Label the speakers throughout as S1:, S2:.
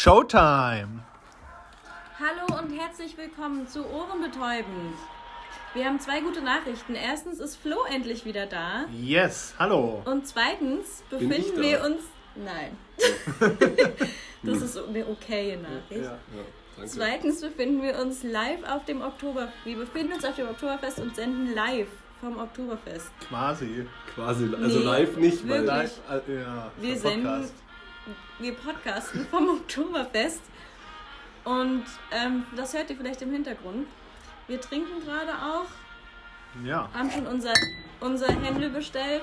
S1: Showtime!
S2: Hallo und herzlich willkommen zu Ohrenbetäubend. Wir haben zwei gute Nachrichten. Erstens ist Flo endlich wieder da.
S1: Yes, hallo!
S2: Und zweitens
S3: ich
S2: befinden
S3: da?
S2: wir uns. Nein. das ist eine okaye Nachricht.
S3: Ja, danke.
S2: Zweitens befinden wir uns live auf dem Oktober. Wir befinden uns auf dem Oktoberfest und senden live vom Oktoberfest.
S1: Quasi.
S3: Quasi, also
S2: Nee,
S3: live nicht, weil
S2: wirklich.
S1: Live, äh, ja,
S2: Wir
S1: für Podcast.
S2: senden- Wir podcasten vom Oktoberfest und ähm, das hört ihr vielleicht im Hintergrund. Wir trinken gerade auch,
S1: Ja,
S2: haben schon unser, unser Händel bestellt.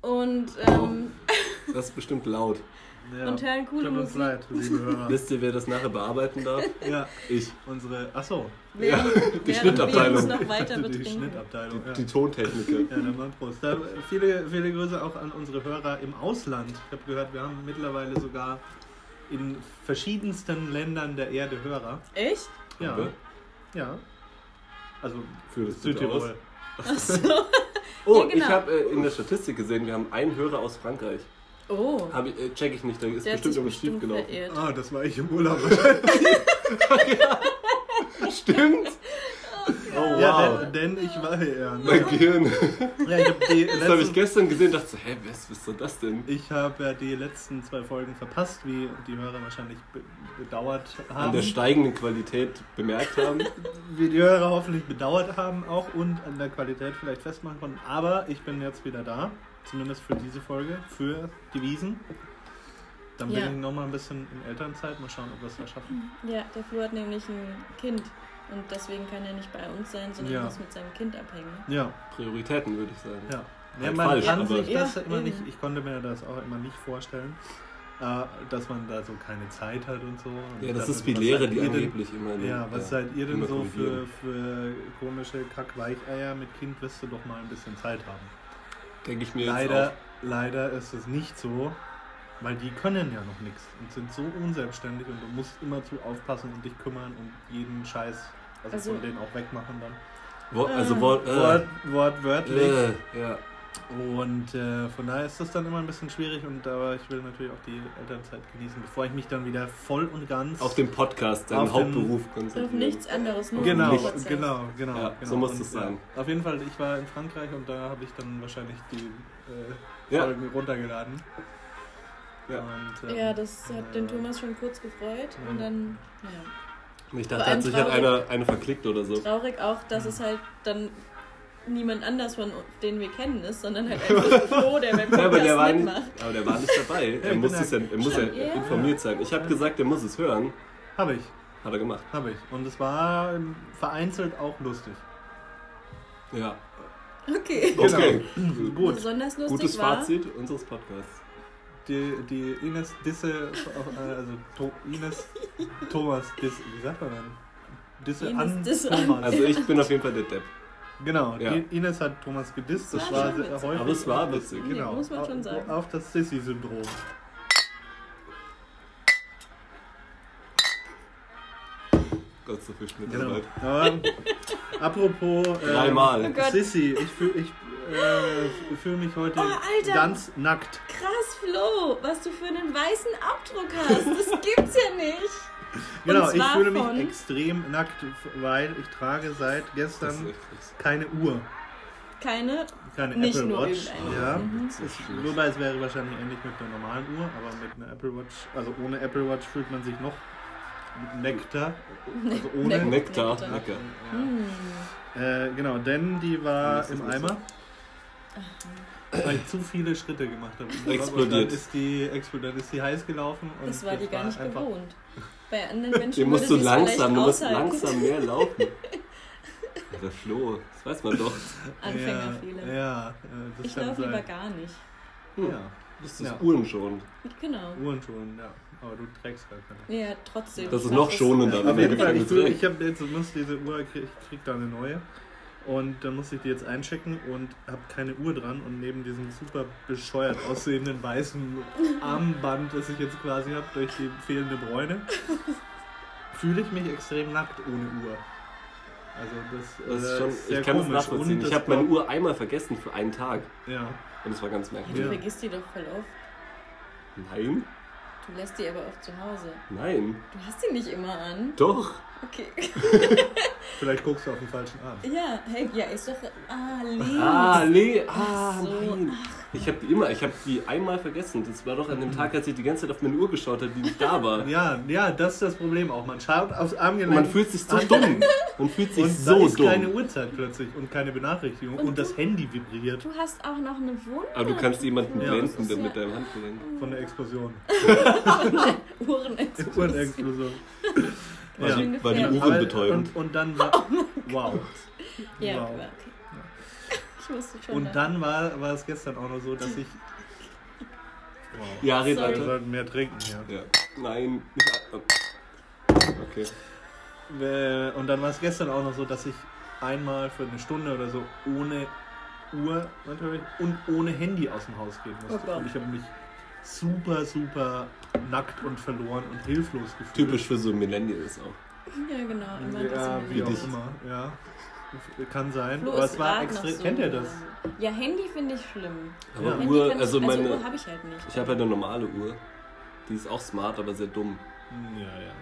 S2: Und, ähm,
S3: das ist bestimmt laut.
S1: ja.
S2: Und hören coole
S1: Tut uns
S2: Musik.
S1: leid, liebe Hörer.
S3: Wisst ihr, wer das nachher bearbeiten darf?
S1: ja,
S3: Ich.
S1: unsere. Achso,
S2: während,
S3: die
S2: während wir uns
S3: Schnittabteilung.
S2: noch weiter
S1: die
S2: betrinken.
S1: Schnittabteilung.
S3: Die,
S1: Ja.
S3: die Tontechniker.
S1: Ja, dann mal Prost. Da, viele, viele Grüße auch an unsere Hörer im Ausland. Ich habe gehört, wir haben mittlerweile sogar in verschiedensten Ländern der Erde Hörer.
S2: Echt?
S1: Ja,
S3: Aber
S1: ja. Also
S3: Für das Südtirol.
S1: Südtirol.
S3: Oh,
S2: Ja, genau.
S3: ich habe äh, in der Statistik gesehen, wir haben einen Hörer aus Frankreich.
S2: Oh,
S3: Hab ich, äh, check ich nicht, da ist
S2: der hat
S3: bestimmt
S2: sich
S3: irgendwas schief
S2: bestimmt
S3: gelaufen.
S2: verirrt.
S1: Ah, das war ich im Urlaub.
S3: Stimmt! Oh, wow.
S1: Ja, denn, denn ich war hier. Ja, ne?
S3: mein Gehirn.
S1: ja, ich habe die
S3: Das habe ich
S1: letzten,
S3: gestern gesehen und dachte so, hä, was, was soll das denn?
S1: ich hab ja die letzten zwei Folgen verpasst, wie die Hörer wahrscheinlich be bedauert
S3: An der
S1: haben.
S3: steigenden Qualität bemerkt haben.
S1: Wie die Hörer hoffentlich bedauert haben auch und an der Qualität vielleicht festmachen konnten. Aber ich bin jetzt wieder da, zumindest für diese Folge, für die Wiesen. Dann
S2: Ja. Mhm.
S1: bin ich nochmal ein bisschen in Elternzeit. Mal schauen, ob wir es da schaffen.
S2: Ja, der Flo hat nämlich ein Kind und deswegen kann er nicht bei uns sein, sondern
S1: Ja.
S2: muss mit seinem Kind abhängen.
S1: Ja,
S3: Prioritäten, würde ich sagen.
S1: Ja.
S3: Halt
S1: man
S3: falsch, also-
S1: kann
S3: aber-
S1: sich das
S2: Ja,
S1: immer
S2: eben.
S1: nicht, ich konnte mir das auch immer nicht vorstellen, äh, dass man da so keine Zeit hat und so. Und
S3: Ja, das
S1: dachte
S3: ist
S1: so,
S3: wie
S1: was
S3: Lehre,
S1: seid
S3: die
S1: ihr denn-
S3: angeblich immer. in den-
S1: Ja, was seid ihr denn
S3: immer
S1: so für,
S3: korrigieren.
S1: für komische Kackweicheier? Mit Kind wirst du doch mal ein bisschen Zeit haben.
S3: Denke ich mir jetzt
S1: Leider,
S3: auch.
S1: leider ist es nicht so, weil die können ja noch nichts und sind so unselbstständig und du musst immer zu aufpassen und dich kümmern und jeden Scheiß, also,
S2: Also-
S1: von denen auch wegmachen dann.
S3: Wo, also
S2: Äh.
S3: Wort. Äh,
S1: Wort, wortwörtlich.
S3: äh, ja.
S1: Und äh, von daher ist das dann immer ein bisschen schwierig und aber ich will natürlich auch die Elternzeit genießen, bevor ich mich dann wieder voll und ganz
S3: Auf dem Podcast, deinen
S1: Auf den-
S3: Hauptberuf konzentrieren.
S2: Auf nichts anderes, nur
S1: genau,
S2: auf den Prozess.
S1: genau, genau,
S3: Ja,
S1: genau.
S3: so muss
S1: Und,
S3: das
S1: ja,
S3: sein.
S1: Auf jeden Fall, ich war in Frankreich und da habe ich dann wahrscheinlich die äh,
S3: Ja.
S1: Folgen runtergeladen.
S3: Ja.
S1: Und, ähm,
S2: Ja, das hat den
S1: äh,
S2: Thomas schon kurz gefreut
S1: Ja.
S2: und dann ja.
S3: Ich
S2: Vor
S3: dachte,
S2: allem
S3: hat sich halt
S2: traurig.
S3: einer, einer verklickt oder so.
S2: traurig auch, dass es halt dann niemand anders von den wir kennen ist, sondern halt einfach Flo, der beim
S3: Ja, aber
S2: Podcast
S3: der, war nicht,
S2: mitmacht.
S3: aber der war nicht dabei. Er
S1: ich
S3: muss,
S1: bin
S3: es ja, er muss ja
S2: Stimmt, ja.
S3: informiert sein. Ich habe gesagt, er muss es hören.
S1: Habe ich,
S3: Hat er gemacht.
S1: habe ich. Und es war ähm, vereinzelt auch lustig.
S3: Ja.
S2: Okay.
S3: Okay.
S1: Genau. Gut,
S2: Besonders lustig
S3: Gutes
S2: war.
S3: Fazit unseres Podcasts.
S1: die, die Ines Disse, äh, also to, Ines Thomas Disse, wie sagt man denn? Disse
S2: Ines
S1: an
S2: Disse an-
S1: Thomas.
S3: Also ich bin auf jeden Fall der Depp.
S1: Genau,
S3: Ja.
S1: die Ines hat Thomas gedisst, das
S2: Das
S1: war
S2: war
S1: sehr
S2: schon witzig.
S1: häufig.
S3: Aber es war witzig.
S1: Genau,
S2: Ja, muss man
S1: au-
S2: schon sagen.
S1: Auf das Sissy-Syndrom.
S3: Gott, so viel Schnitt.
S1: Genau.
S3: Arbeit.
S1: Ähm, apropos ähm,
S3: Dreimal.
S2: Oh Gott. Oh,
S1: Sissy, ich fühle ich, äh, fühl mich heute
S2: Alter.
S1: ganz nackt.
S2: Krass, Flo, was du für einen weißen Abdruck hast. Das gibt's ja nicht.
S1: Genau,
S2: Und
S1: ich
S2: zwar
S1: fühle mich
S2: von-
S1: extrem nackt, weil ich trage seit
S3: Das ist
S1: gestern
S3: echt krass.
S1: keine Uhr.
S2: Keine.
S1: Keine
S2: Nicht
S1: Apple
S2: nur
S1: Watch.
S2: irgendeine.
S1: Ja.
S3: Das ist
S1: Es-
S2: Mhm.
S3: schwierig.
S1: Wobei es wäre wahrscheinlich ähnlich mit einer normalen Uhr, aber mit einer Apple Watch, also ohne Apple Watch fühlt man sich noch neckter. Also ohne.
S2: Neck- Mhm.
S3: Nektar.
S2: Nektar.
S3: Necke.
S1: Ja.
S2: Hm,
S1: Äh, genau, denn die
S3: Nee,
S1: war
S3: ist das
S1: im
S3: nicht
S1: Eimer. Weil ich zu viele Schritte gemacht habe. Und Dann
S3: Explodiert.
S1: ist die, explodiert, ist die heiß gelaufen. Und
S2: Das war die gar nicht
S1: einfach-
S2: gewohnt. Bei anderen Menschen
S3: Ihr musst
S2: würde sie
S3: so
S2: es vielleicht
S3: langsam, du musst
S2: aushalten.
S3: langsam mehr laufen. Ja, der Flo, das weiß man doch.
S2: Anfängerfehler.
S1: Ja, ja äh, das
S2: ich
S1: kann
S2: laufe
S1: sein.
S2: lieber gar nicht.
S3: Hm,
S1: Ja,
S3: Das ist
S1: Ja.
S3: uhrenschonend.
S2: Genau.
S1: Uhren schon, ja. Aber du trägst gar keine.
S2: Ja, trotzdem.
S3: Das
S2: Ich
S3: ist
S2: mach
S3: noch schonender.
S1: Ja, auf jeden Fall, ich,
S3: Ja.
S1: ich habe jetzt muss diese Uhr, ich krieg, krieg da eine neue. Und dann musste ich die jetzt einchecken und habe keine Uhr dran. Und neben diesem super bescheuert aussehenden weißen Armband, das ich jetzt quasi habe, durch die fehlende Bräune, fühle ich mich extrem nackt ohne Uhr. Also das,
S3: Das
S1: äh,
S3: ist schon,
S1: sehr
S3: ich kann es
S1: komisch.
S3: nachvollziehen.
S1: Und
S3: Ich
S1: das
S3: habe meine
S1: glaub-
S3: Uhr einmal vergessen für einen Tag.
S1: Ja,
S3: Und es war ganz
S2: Ja,
S3: merkwürdig.
S2: du
S1: Ja.
S2: vergisst die doch voll oft.
S3: Nein,
S2: Du lässt die aber oft zu Hause.
S3: nein,
S2: Du hast die nicht immer an.
S3: doch.
S2: Okay.
S1: Vielleicht guckst du auf den falschen Arm.
S2: Ja, hey, ja, ist doch. Ah, links.
S3: Ah, nee, ah,
S2: Ach so,
S3: nein. Ich habe die immer, ich habe die einmal vergessen. Das war doch an dem Tag, als ich die ganze Zeit auf meine Uhr geschaut habe, die nicht da war.
S1: Ja, ja, das ist das Problem auch. Man schaut aufs
S3: Und
S1: Armgelenk.
S3: man fühlt sich so dumm. Man fühlt sich
S1: und da
S3: so
S1: ist keine
S3: dumm.
S1: Uhrzeit plötzlich und keine Benachrichtigung
S2: Und
S1: und das Handy vibriert
S2: Du hast auch noch eine Wohnung.
S3: Aber du kannst jemanden
S1: Ja,
S2: das ist
S3: blenden
S2: ja-
S3: mit deinem Handgelenk.
S1: von der Explosion.
S2: Uhrenexplosion.
S1: Uhrenexplosion.
S3: War,
S1: Ja.
S3: die, war die
S2: Ungefähr.
S3: Uhren
S1: Aber-
S3: betäubend.
S1: Und, und dann war. wow.
S2: Ja,
S1: Wow.
S2: okay. Ich wusste schon.
S1: Und dann war, war es gestern auch noch so, dass ich. Wow.
S3: Ja, red
S2: Sorry.
S1: Wir
S3: weiter.
S1: sollten mehr trinken, ja.
S3: Ja. Nein. Okay.
S1: Äh, Und dann war es gestern auch noch so, dass ich einmal für eine Stunde oder so ohne Uhr natürlich, und ohne Handy aus dem Haus gehen musste.
S2: Oh Gott.
S1: und ich habe mich super, super nackt und verloren und hilflos gefühlt.
S3: Typisch für so Millennials auch.
S2: Ja, genau. Immer
S1: Ja,
S2: das
S1: wie
S3: Wie
S1: auch
S3: dich.
S1: immer, ja. Kann sein.
S2: Flo
S1: aber
S2: ist
S1: es war
S2: grad noch
S1: extrem.
S2: so.
S1: Kennt ihr das?
S2: Ja, Handy finde ich schlimm.
S1: Ja.
S3: Aber
S2: Handy
S3: Uhr,
S2: kann ich,
S3: also meine.
S2: Uhr habe ich halt nicht.
S3: ich habe halt eine normale Uhr. Die ist auch smart, aber sehr dumm.
S1: Hm, Ja, ja.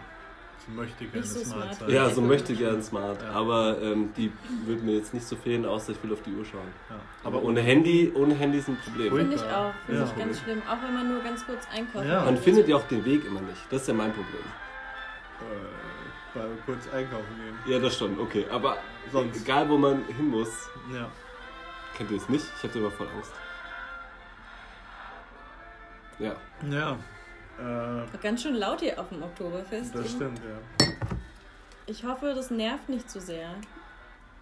S1: Ich möchte gerne
S2: Nicht so
S1: smart
S2: smart.
S1: sein.
S3: Ja, so
S2: Ja.
S3: Also möchte ich gern smart.
S1: Ja.
S3: Aber ähm, die würde mir jetzt nicht so fehlen, außer ich will auf die Uhr schauen.
S1: Ja.
S3: Aber ohne Handy, ohne Handy ist ein Problem.
S1: Ui.
S2: Finde ich
S1: Ja.
S2: auch. Finde
S1: Ja.
S2: ich ganz schlimm. Auch wenn man nur ganz kurz einkauft.
S1: Ja.
S3: Man findet ja auch den Weg immer nicht. Das ist ja mein Problem.
S1: Äh, bei kurz einkaufen gehen.
S3: Ja, das schon, okay. Aber
S1: Sonst.
S3: egal, wo man hin muss,
S1: Ja.
S3: kennt ihr es nicht? Ich hatte immer voll Angst. Ja.
S1: Ja. Äh,
S2: Ganz schön laut hier auf dem Oktoberfest.
S1: das stimmt, ja.
S2: Ich hoffe, das nervt nicht zu sehr.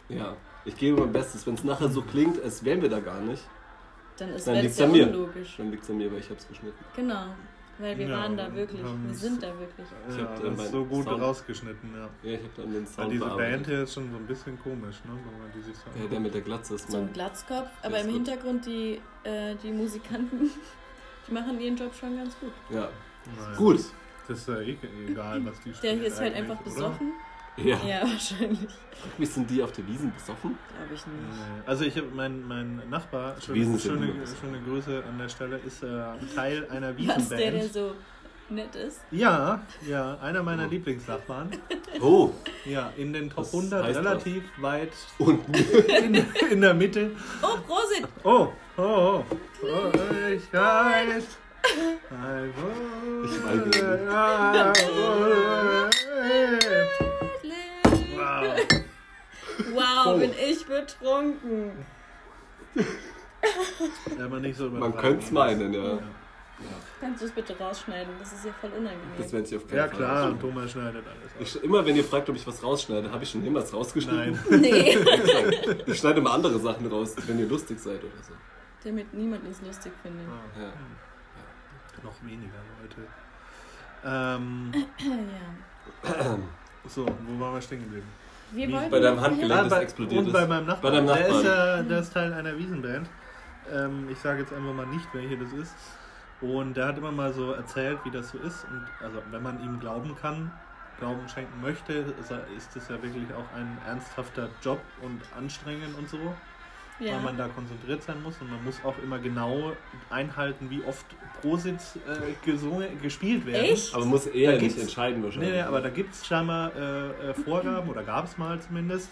S3: Ja, ich gebe mein Bestes. Wenn es nachher so klingt, als wären wir da gar nicht,
S2: Dann ist
S3: Dann
S2: wäre
S3: liegt's
S2: das ja
S3: an mir.
S2: unlogisch.
S3: dann liegt es an mir, weil ich habe es geschnitten.
S2: Genau. Weil wir
S1: Ja,
S2: waren da
S1: dann
S2: wirklich.
S1: haben
S2: Wir
S1: wir's-
S2: sind da wirklich.
S3: Ich
S1: ja
S3: hab, äh,
S1: das
S3: mein
S1: ist so gut
S3: Sound-
S1: rausgeschnitten, ja.
S3: Ja, ich habe dann
S1: Weil
S3: den Sound
S1: diese Band
S3: bearbeitet.
S1: hier ist schon so ein bisschen komisch, ne? Wenn man die sich so
S3: Ja, der mit der Glatze ist
S2: So ein
S3: mein...
S2: Glatzkopf, aber
S3: Das ist
S2: im
S3: Hm. gut.
S2: Hintergrund die, äh, die Musikanten, die machen ihren Job schon ganz gut.
S3: Ja,
S1: Naja.
S3: gut.
S1: Das ist ja eh egal, was die spielen.
S2: Der hier ist halt
S1: eigentlich,
S2: einfach
S1: oder?
S2: besoffen.
S3: Ja.
S2: Ja, wahrscheinlich.
S3: Wie sind die auf der Wiesen besoffen?
S2: Glaube ich
S1: Nee.
S2: nicht.
S1: Also ich habe mein, mein Nachbar, schöne,
S3: Wiesen sind
S1: schöne,
S3: immer besoffen.
S1: schöne Grüße an der Stelle, ist äh, Teil einer
S2: Was der, der
S1: Wiesenband.
S2: so nett ist.
S1: Ja, ja, einer meiner
S3: Oh.
S1: Lieblingsnachbarn.
S3: Oh,
S1: Ja, in den Top
S3: Das
S1: 100
S3: heißt was.
S1: relativ weit
S3: und
S1: in, in der Mitte.
S2: Oh, Prosit!
S1: Oh, oh, oh. oh ich weiß. Ich
S3: weiß es nicht.
S1: weiß. Wow.
S2: Wow,
S3: Oh.
S2: bin ich betrunken.
S1: Ja, man nicht so
S3: man könnte es meinen, ja.
S2: Kannst du es bitte rausschneiden? Das ist ja voll unangenehm.
S3: Das werde ich auf keinen
S1: Ja
S3: Fall
S1: klar,
S3: rausschneiden.
S1: Thomas schneidet alles. aus.
S3: Ich, immer wenn ihr fragt, ob ich was rausschneide, habe ich schon jemals rausgeschnitten.
S1: Nein.
S2: nee.
S3: Ich schneide mal andere Sachen raus, wenn ihr lustig seid oder so.
S2: Damit niemand uns lustig findet.
S1: Ah,
S3: Ja.
S1: noch weniger Leute. Ähm,
S2: Ah, Ja.
S1: so, wo waren wir stehen geblieben?
S2: Wir
S3: Wie
S2: wollten
S3: bei deinem
S2: noch-
S3: Handgelenk. das
S1: bei,
S3: explodiert
S1: und
S3: ist.
S1: bei meinem Nachbarn.
S3: Bei deinem
S1: Der, ist
S3: Nachbarn.
S1: ja, der ist Teil einer Wiesenband. Ähm, ich sage jetzt einfach mal nicht, welche das ist. Und der hat immer mal so erzählt, wie das so ist. Und also, wenn man ihm glauben kann, Glauben schenken möchte, ist er- ist das ja wirklich auch ein ernsthafter Job und anstrengend und so, weil
S2: Ja.
S1: man da konzentriert sein muss und man muss auch immer genau einhalten, wie oft Prositz äh, gesungen, gespielt werden.
S2: Echt?
S3: Aber muss er
S1: Da
S3: nicht
S1: gibt's-
S3: entscheiden wahrscheinlich.
S1: Nee, nee, aber da gibt es scheinbar äh, äh, Vorgaben oder gab es mal zumindest,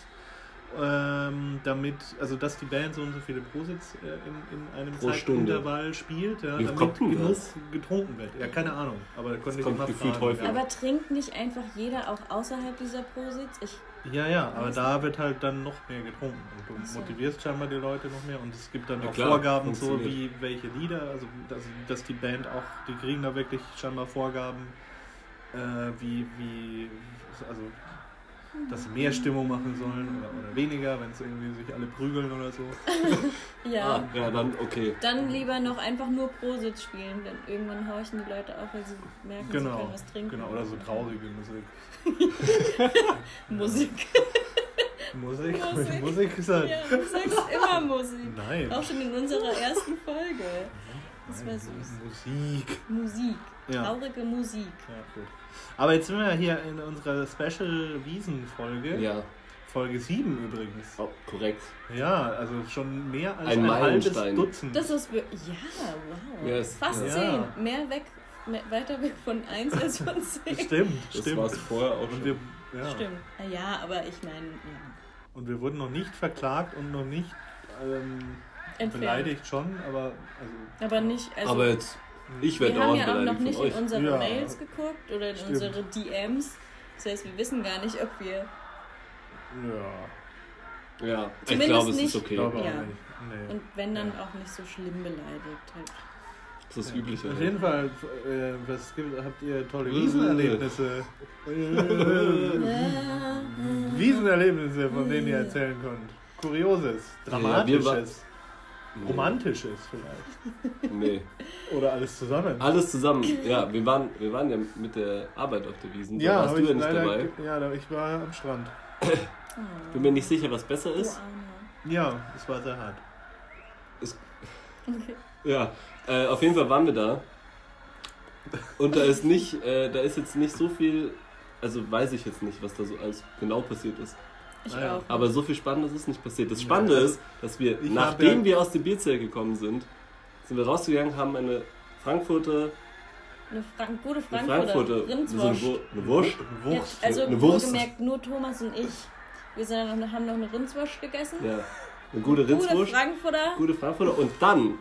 S1: ähm, damit, also dass die Band so und so viele Prositz äh, in, in einem
S3: Pro
S1: Zeitintervall spielt, ja,
S3: Wie
S1: damit
S3: kommt denn
S1: genug
S3: das?
S1: getrunken wird. Ja, keine Ahnung, aber da konnte ich
S3: kommt
S1: immer
S3: gefühlt
S1: fragen,
S3: häufiger.
S2: Aber trinkt nicht einfach jeder auch außerhalb dieser Prositz? Ich,
S1: Ja, ja, ja, aber da wird halt dann noch mehr getrunken und du
S2: Ach so.
S1: motivierst scheinbar die Leute noch mehr und es gibt dann
S3: Ja,
S1: auch
S3: klar,
S1: Vorgaben so wie
S3: funktioniert.
S1: welche Lieder, also dass, dass die Band auch, die kriegen da wirklich scheinbar Vorgaben, äh, wie, wie, also dass sie mehr
S2: Mhm.
S1: Stimmung machen sollen oder, oder weniger, wenn es irgendwie sich alle prügeln oder so.
S2: ja.
S3: Ah, ja, dann okay.
S2: Dann lieber noch einfach nur Prositz spielen, denn irgendwann horchen die Leute auf, weil sie merken, sie
S1: Genau,
S2: können was trinken.
S1: genau, oder so traurige Musik.
S2: Musik.
S1: Musik,
S2: Musik.
S1: Musik, ist halt,
S2: Ja, du sagst immer Musik.
S1: nein.
S2: Auch schon in unserer ersten Folge. Das war
S1: nein,
S2: süß.
S1: Musik.
S2: Musik.
S1: Ja.
S2: Traurige Musik.
S1: Ja, gut. Aber jetzt sind wir hier in unserer Special Wiesen-Folge.
S3: Ja,
S1: Folge 7 übrigens.
S3: oh, korrekt.
S1: Ja, also schon mehr als
S3: Ein
S1: ein, halbes
S3: Meilenstein.
S1: Dutzend.
S2: Das ist wir. Ja, wow.
S3: Yes.
S2: Fast
S1: Ja.
S2: zehn. Mehr weg me- weiter weg von 1 als von 10.
S1: Stimmt,
S3: Das war es
S1: stimmt.
S3: vorher auch
S1: Und
S3: schon.
S1: wir, ja.
S2: Stimmt. Ah Ja, aber ich meine, ja.
S1: und wir wurden noch nicht verklagt und noch nicht ähm,
S2: Entfernt.
S1: beleidigt schon, aber also,
S2: Aber nicht, also
S3: Aber jetzt, ich werde
S2: wir haben
S3: dauernd
S2: ja auch noch
S3: beleidigt
S2: nicht
S3: von euch.
S2: in unsere
S1: Ja.
S2: Mails geguckt oder in
S1: Stimmt.
S2: unsere DMs. Das heißt, wir wissen gar nicht, ob wir.
S1: ja.
S3: Ja, ich
S2: Zumindest
S3: glaube, es
S2: nicht-
S3: ist okay.
S1: Glaube auch
S2: Ja.
S1: nicht. Nee.
S2: Und wenn dann
S1: Ja.
S2: auch nicht so schlimm beleidigt. Halt.
S3: Das ist das Übliche.
S1: Auf jeden Fall, äh, was gibt, habt ihr tolle Wiesenerlebnisse? Wiesenerlebnisse, von denen ihr erzählen könnt. Kurioses,
S3: Ja, wir wa-
S1: dramatisches, romantisches vielleicht.
S3: Mhm. Nee.
S1: Oder alles zusammen.
S3: Alles zusammen. Ja, wir waren, wir waren ja mit der Arbeit auf der Wiesen. Da
S1: ja,
S3: warst
S1: hab
S3: du
S1: ich
S3: ja nicht
S1: leider,
S3: dabei.
S1: Ja, da- ich war am Strand.
S2: Oh,
S3: Bin mir nicht sicher, was besser
S2: du
S3: ist.
S2: Armer.
S1: Ja, es war sehr hart.
S2: Okay.
S3: Ja, äh, auf jeden Fall waren wir da. Und da ist nicht, äh, da ist jetzt nicht so viel, also weiß ich jetzt nicht, was da so alles genau passiert ist.
S2: Ich
S1: Ah ja.
S2: auch.
S3: Aber so viel Spannendes ist nicht passiert. Das
S1: Ja. also
S3: Spannende ist, dass wir,
S1: Ich
S3: nachdem
S1: hab
S3: wir aus dem Bierzelt gekommen sind, sind wir rausgegangen, haben eine Frankfurter,
S2: Eine Frank gute Frankfurter,
S3: eine Frankfurter, so eine,
S2: Rindswurst.
S3: Wur- eine Wurst.
S1: Wucht.
S2: Ja, also
S3: Eine Wurst.
S2: wohlgemerkt nur Thomas und ich. Wir sind dann noch, haben noch eine Rindswurst gegessen.
S3: Ja, eine gute
S2: Gute
S3: Rindswurst,
S2: Frankfurter.
S3: gute Frankfurter. Und dann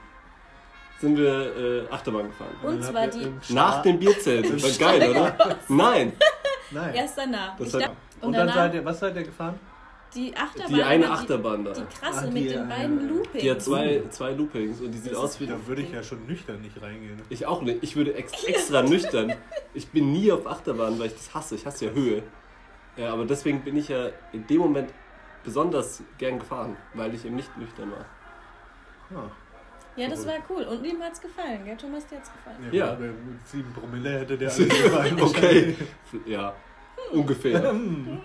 S3: sind wir äh, Achterbahn gefahren.
S2: Und
S1: dann
S2: zwar
S1: habt ihr
S2: die-
S1: im
S3: Nach
S1: Stra-
S3: dem Bierzelt. War geil, oder? Nein,
S1: Nein.
S2: Erst danach.
S3: Das
S2: Ich
S3: hat-
S2: dachte,
S1: und,
S2: und
S1: dann
S2: danach-
S1: seid ihr, was seid ihr gefahren?
S2: die Achterbahn.
S3: die eine
S2: aber
S3: Achterbahn da.
S2: Die, die krasse
S1: Ah, die,
S2: mit den
S1: äh,
S2: beiden Loopings.
S3: Die hat zwei, zwei Loopings und die sieht
S2: Das
S3: aus
S2: ist
S3: wie.
S1: Da würde ich ja schon nüchtern nicht reingehen.
S3: Ich auch nicht. Ich würde ex extra nüchtern. Ich bin nie auf Achterbahn, weil ich das hasse. Ich hasse ja Höhe. Ja, aber deswegen bin ich ja in dem Moment besonders gern gefahren, weil ich eben nicht nüchtern war.
S1: Ja,
S2: Ja, das war cool. Und ihm hat's gefallen, gell? Thomas, dir hat's gefallen.
S1: ja,
S3: Ja.
S1: aber Mit sieben Promille hätte der alles gefallen.
S3: Okay. Ja, ungefähr.
S1: Hm.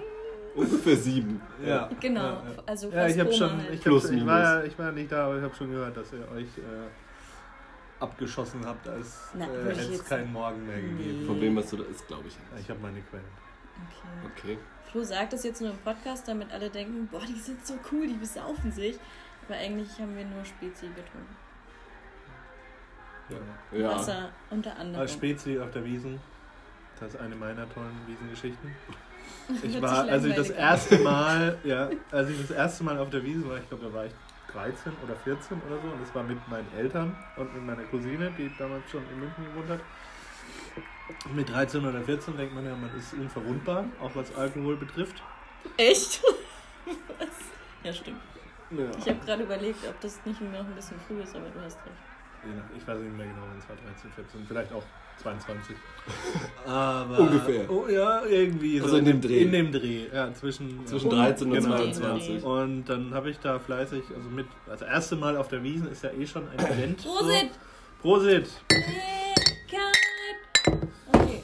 S3: ungefähr sieben.
S1: ja.
S2: Genau,
S1: Ja, ja.
S2: also
S1: Ja,
S2: fast
S1: ich habe
S2: Koma
S1: schon,
S2: halt.
S1: ich, hab,
S3: Plus,
S1: ich,
S3: minus.
S1: war, ja- ich war nicht da, aber ich habe schon gehört, dass ihr euch äh, abgeschossen habt, als
S2: Na,
S1: äh,
S2: würd ich
S1: hätte es
S2: jetzt
S1: keinen Morgen mehr
S2: Nee.
S1: gegeben.
S3: Von wem hast du das? Ist, glaube ich.
S1: Ich habe meine Quellen.
S2: Okay.
S3: Okay.
S2: Flo sagt das jetzt nur im Podcast, damit alle denken, boah, die sind so cool, die besaufen sich. Aber eigentlich haben wir nur Spezi getrunken.
S1: Ja.
S3: Ja.
S2: Wasser unter anderem.
S1: Als Spezi auf der Wiesen. Das ist eine meiner tollen Wiesengeschichten. Ich
S2: Hört
S1: war,
S2: sich
S1: als ich das
S2: langweilig an.
S1: erste Mal, ja, als ich das erste Mal auf der Wiesen war, ich glaube, da war ich 13 oder 14 oder so, und das war mit meinen Eltern und mit meiner Cousine, die damals schon in München gewohnt hat. Und Mit 13 oder 14 denkt man ja, man ist unverwundbar, auch was Alkohol betrifft.
S2: Echt? Was? Ja, stimmt.
S1: Ja.
S2: Ich habe gerade überlegt, ob das nicht noch ein bisschen früh ist, aber du hast recht.
S1: Je nach- Ich weiß nicht mehr genau, wann es war, 13, 14, vielleicht auch 22. Aber
S3: Ungefähr.
S1: Oh, ja, irgendwie.
S3: Also in dem Dreh.
S1: In dem Dreh, ja, zwischen, äh,
S3: Zwischen
S2: Um-
S3: 13 und
S1: genau.
S3: 22.
S1: Und dann habe ich da fleißig, also mit, also das erste Mal auf der Wiesen ist ja eh schon ein Event.
S2: Prosit!
S1: So. Prosit!
S2: Lecker! Okay.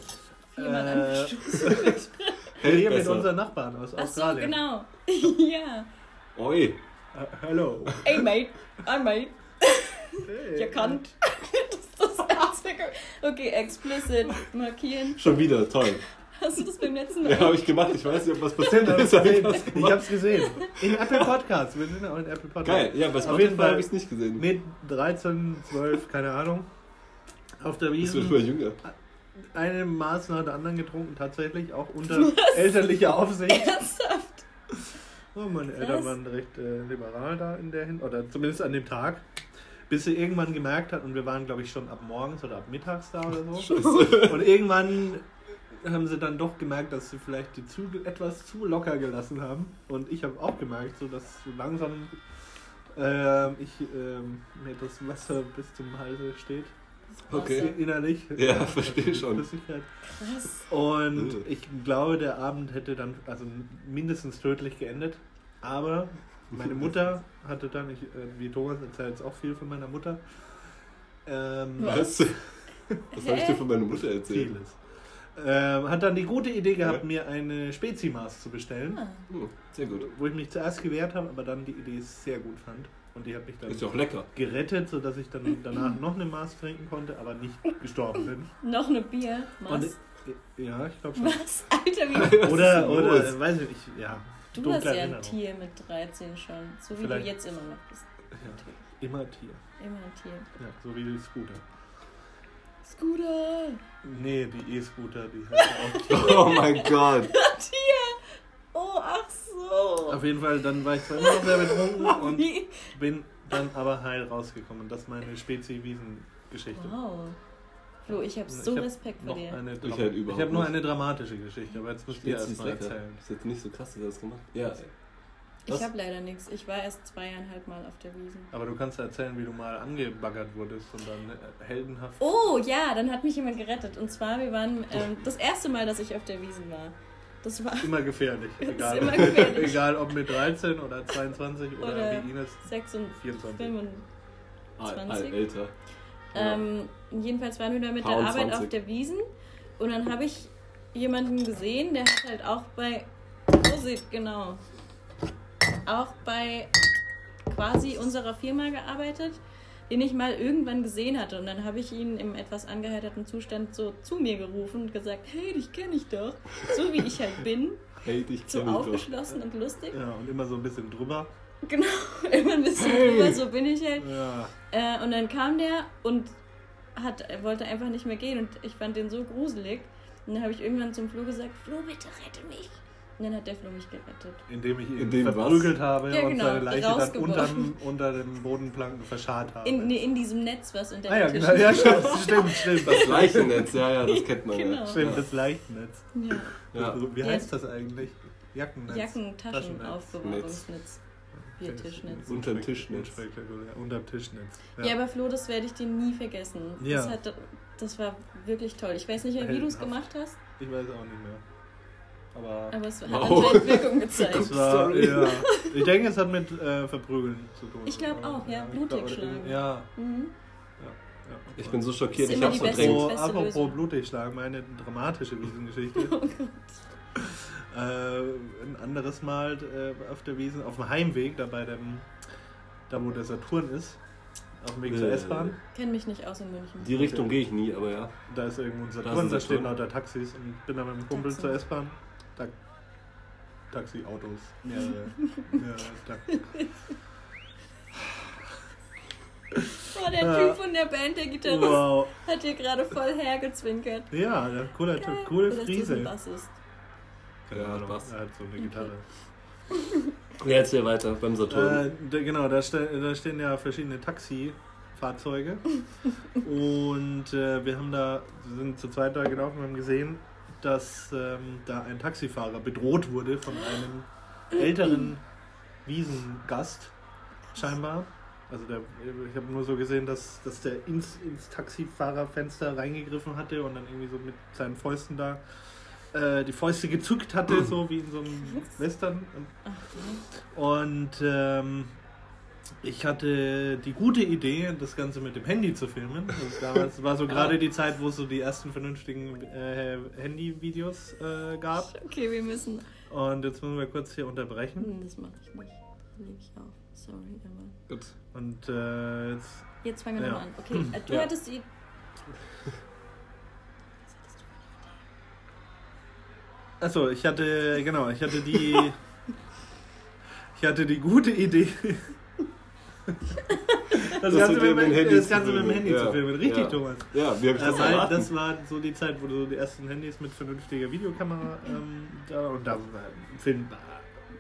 S2: Jemand
S1: Äh,
S2: angestoßen.
S3: Hält
S1: Hier mit
S3: besser.
S1: unseren Nachbarn aus
S2: Achso,
S1: Australien.
S2: genau. ja.
S3: Oi.
S1: Äh, hello.
S2: Ey, Mate. Ah, Mate.
S1: Hey.
S2: Ihr könnt. das ist das Einzige. Okay, explicit. Markieren.
S3: Schon wieder, toll.
S2: Hast du das beim letzten Mal?
S3: Ja, habe ich gemacht. Ich weiß nicht, ob was passiert ist. aber ich hab's
S1: Äh, Ich
S3: gemacht.
S1: hab's gesehen. In Apple Podcasts. Wir sind ja auch in Apple Podcasts.
S3: Geil. Ja, bei
S1: Auf jeden
S3: Spotify
S1: Fall.
S3: habe ich es nicht gesehen.
S1: Mit 13, 12, keine Ahnung. Auf der
S3: Es wird
S1: Wiesen.
S3: immer jünger.
S1: einem Maß nach der anderen getrunken, tatsächlich auch unter elterlicher Aufsicht.
S2: Ernsthaft?
S1: Oh, meine Eltern
S2: Was?
S1: waren recht äh, liberal da in der Hinsicht, oder zumindest an dem Tag, bis sie irgendwann gemerkt hat, und wir waren, glaube ich, schon ab morgens oder ab mittags da oder so. und irgendwann haben sie dann doch gemerkt, dass sie vielleicht die Zügel etwas zu locker gelassen haben. Und ich habe auch gemerkt, so dass so langsam ähm, ich ähm, mir das Wasser bis zum Halse steht.
S3: Okay.
S1: Äh, Innerlich.
S3: Ja, verstehe schon.
S1: Flüssigkeit.
S2: Krass.
S1: Und
S3: Äh.
S1: ich glaube, der Abend hätte dann also mindestens tödlich geendet. Aber meine Mutter hatte dann, ich, äh, wie Thomas erzählt jetzt auch viel von meiner Mutter, ähm,
S3: Was? Was habe ich dir von meiner Mutter erzählt?
S1: vieles. Ähm, hat dann die gute Idee gehabt,
S3: Ja.
S1: mir eine Spezimaß zu bestellen,
S2: Ah,
S3: Hm, sehr gut.
S1: wo ich mich zuerst gewehrt habe, aber dann die Idee sehr gut fand. Und die hat mich dann
S3: Ist ja auch lecker.
S1: gerettet, sodass ich dann danach noch eine Maß trinken konnte, aber nicht gestorben bin.
S2: noch eine Bier.
S1: Und,
S2: Was?
S1: äh, ja, ich glaube schon.
S2: Was? Alter, wie.
S3: Was
S1: Oder,
S3: ist
S1: oder,
S3: los?
S1: äh, weiß ich nicht, ja.
S2: Du
S1: dunkle
S2: warst ja ein
S1: Erinnerung.
S2: Tier mit 13 schon. So wie
S1: Vielleicht.
S2: du jetzt immer noch bist.
S1: Immer Tier.
S2: Immer ein Tier.
S1: Ja, so wie die Scooter.
S2: Scooter.
S1: Nee, die E-Scooter, die heißt auch Tier.
S3: Oh mein Gott.
S2: Oh, ach so.
S1: Auf jeden Fall, dann war ich zwar immer noch sehr betrunken und
S2: Wie?
S1: bin dann aber heil rausgekommen. Das ist meine Spezi-Wiesen-Geschichte.
S2: Wow. Flo, ich habe so
S1: Ich hab
S2: Respekt
S1: noch
S2: vor dir.
S1: Eine
S3: Ich
S1: ich
S3: halt überhaupt
S1: ich habe nur
S3: nicht.
S1: eine dramatische Geschichte, aber jetzt müsst ihr
S3: Jetzt ist
S1: erstmal
S3: lecker.
S1: erzählen.
S3: Ist jetzt nicht so krass, dass er das gemacht hat. Ja, ey. Was?
S2: Ich habe leider nichts. Ich war erst zweieinhalb Mal auf der Wiesen.
S1: Aber du kannst erzählen, wie du mal angebaggert wurdest und dann äh, heldenhaft.
S2: Oh ja, dann hat mich jemand gerettet. Und zwar, wir waren ähm, das erste Mal, dass ich auf der Wiesen war. Das war
S1: Immer gefährlich.
S2: ist
S1: Egal,
S2: immer gefährlich.
S1: egal ob mit 13 oder 22 oder,
S2: Oder-
S1: wie Ines.
S2: 26.
S1: 24.
S2: 25.
S3: Al-
S2: 20?
S3: Al ah, älter. Ja.
S2: Ähm, jedenfalls waren wir da mit der
S3: Paar und
S2: Arbeit
S3: 20.
S2: auf der Wiesen und dann habe ich jemanden gesehen, der hat halt auch bei Prosit, genau, auch bei quasi unserer Firma gearbeitet, den ich mal irgendwann gesehen hatte. Und dann habe ich ihn im etwas angeheiterten Zustand so zu mir gerufen und gesagt, hey, dich kenne ich doch. So wie ich halt bin,
S3: Hey, dich
S2: so
S3: kenn ich doch.
S2: aufgeschlossen und lustig.
S1: Ja, und immer so ein bisschen drüber.
S2: Genau, immer ein bisschen
S3: Hey.
S2: drüber, so bin ich halt.
S1: Ja.
S2: Äh, und dann kam der und hat, er wollte einfach nicht mehr gehen und ich fand den so gruselig. Und dann habe ich irgendwann zum Flo gesagt, Flo, bitte rette mich. Und dann hat der Flo mich gerettet.
S1: Indem ich ihn
S3: Indem was?
S1: verprügelt habe
S2: Ja,
S1: und
S2: genau,
S1: seine Leiche dann
S2: rausgeworfen.
S1: unterm, unter den Bodenplanken verscharrt habe.
S2: In, nee, in diesem Netz, was unter
S1: ah ja,
S2: dem Tisch
S1: genau. Ja,
S2: liegt.
S1: stimmt, stimmt, stimmt.
S3: Das Leichennetz, ja, ja, das kennt man
S2: Genau.
S3: ja.
S1: Stimmt, das Leichtnetz.
S2: ja.
S3: ja.
S1: Also, wie
S2: Ja.
S1: heißt das eigentlich? Jackennetz.
S2: Jacken, Taschen,
S1: Taschennetz.
S2: Aufbewahrungsnetz, Biertischnetz.
S3: Netz. Unterm Tischnetz.
S1: Unspektakulär. Unterm Tischnetz.
S2: Ja. aber Flo, das werde ich dir nie vergessen.
S1: Ja.
S2: Das, hat, das war wirklich toll. Ich weiß nicht mehr, wie du es
S1: Heldenhaft.
S2: gemacht hast,
S1: Ich weiß auch nicht mehr. Aber.
S2: aber es hat
S3: Wow.
S2: anscheinend Wirkung gezeigt.
S1: es war,
S3: Sorry.
S1: ja. Ich denke, es hat mit äh, Verprügeln zu tun.
S2: Ich glaub auch, ja.
S1: ich
S2: Blutig
S1: glaub, oder
S2: schlagen.
S1: irgendwie- Ja,
S2: Mhm.
S1: ja.
S3: Ich bin so
S2: Ist
S3: schockiert, ich
S2: immer
S3: hab's
S2: die beste-
S3: verdrängt.
S1: Apropos,
S2: beste Lösung.
S1: apropos blutig schlagen, meine dramatische Wiesengeschichte. äh, ein anderes Mal äh, auf der Wiesen, auf dem Heimweg, da bei dem, da wo der Saturn ist, auf dem Weg zur
S3: Äh.
S1: S-Bahn,
S2: Kenn mich nicht aus in München.
S3: Die Richtung gehe ich nie, aber ja.
S1: da ist irgendwo ein Saturn,
S3: Saturn.
S1: da stehen lauter Taxis und bin da mit einem Kumpel
S2: Taxi.
S1: zur S-Bahn. Ta Taxi, Autos, mehrere, mehrere Taxi.
S2: Oh, der
S1: Ja.
S2: Typ von der Band, der Gitarrist,
S1: Wow.
S2: hat dir gerade voll hergezwinkert.
S1: Ja, der cooler Typ,
S2: Oder
S1: coole
S2: ist das ein
S1: Friese.
S2: Bassist?
S1: Keine
S3: Ja,
S1: Ahnung,
S3: Bass.
S1: Er hat so eine Gitarre.
S3: Ja, erzähl weiter beim Saturn.
S1: Äh, da, genau, da, ste da stehen ja verschiedene Taxifahrzeuge. und äh, wir haben da, wir sind zu zweit da gelaufen und haben gesehen, dass ähm, da ein Taxifahrer bedroht wurde von einem älteren Wiesengast, scheinbar. Also der, ich habe nur so gesehen, dass, dass der ins, ins Taxifahrerfenster reingegriffen hatte und dann irgendwie so mit seinen Fäusten da äh, die Fäuste gezückt hatte, so wie in so einem Western. Und und ähm, ich hatte die gute Idee, das Ganze mit dem Handy zu filmen. Also damals war so gerade die Zeit, wo es so die ersten vernünftigen äh, Handy-Videos äh, gab.
S2: Okay, wir müssen.
S1: Und jetzt müssen wir kurz hier unterbrechen.
S2: Hm, Das mache ich nicht. Lege ich auf. Sorry, aber.
S3: Gut.
S1: Und äh, jetzt.
S2: Jetzt fangen wir
S1: Ja.
S2: nochmal an. Okay, äh, du
S3: Ja.
S2: hattest die.
S1: Achso, ich hatte, genau, ich hatte die. ich hatte die gute Idee. Das
S3: Das
S1: Ganze
S3: mit
S1: mit,
S3: dem
S1: dem
S3: Handy
S1: das
S3: zu
S1: Ganze mit dem
S3: filmen,
S1: Handy
S3: ja.
S1: zu filmen. Richtig,
S3: Ja.
S1: Thomas.
S3: Ja, wie hab ich
S1: Ja,
S3: das
S1: weil
S3: erwartet?
S1: das war so die Zeit, wo so die ersten Handys mit vernünftiger Videokamera ähm, da und da äh, Film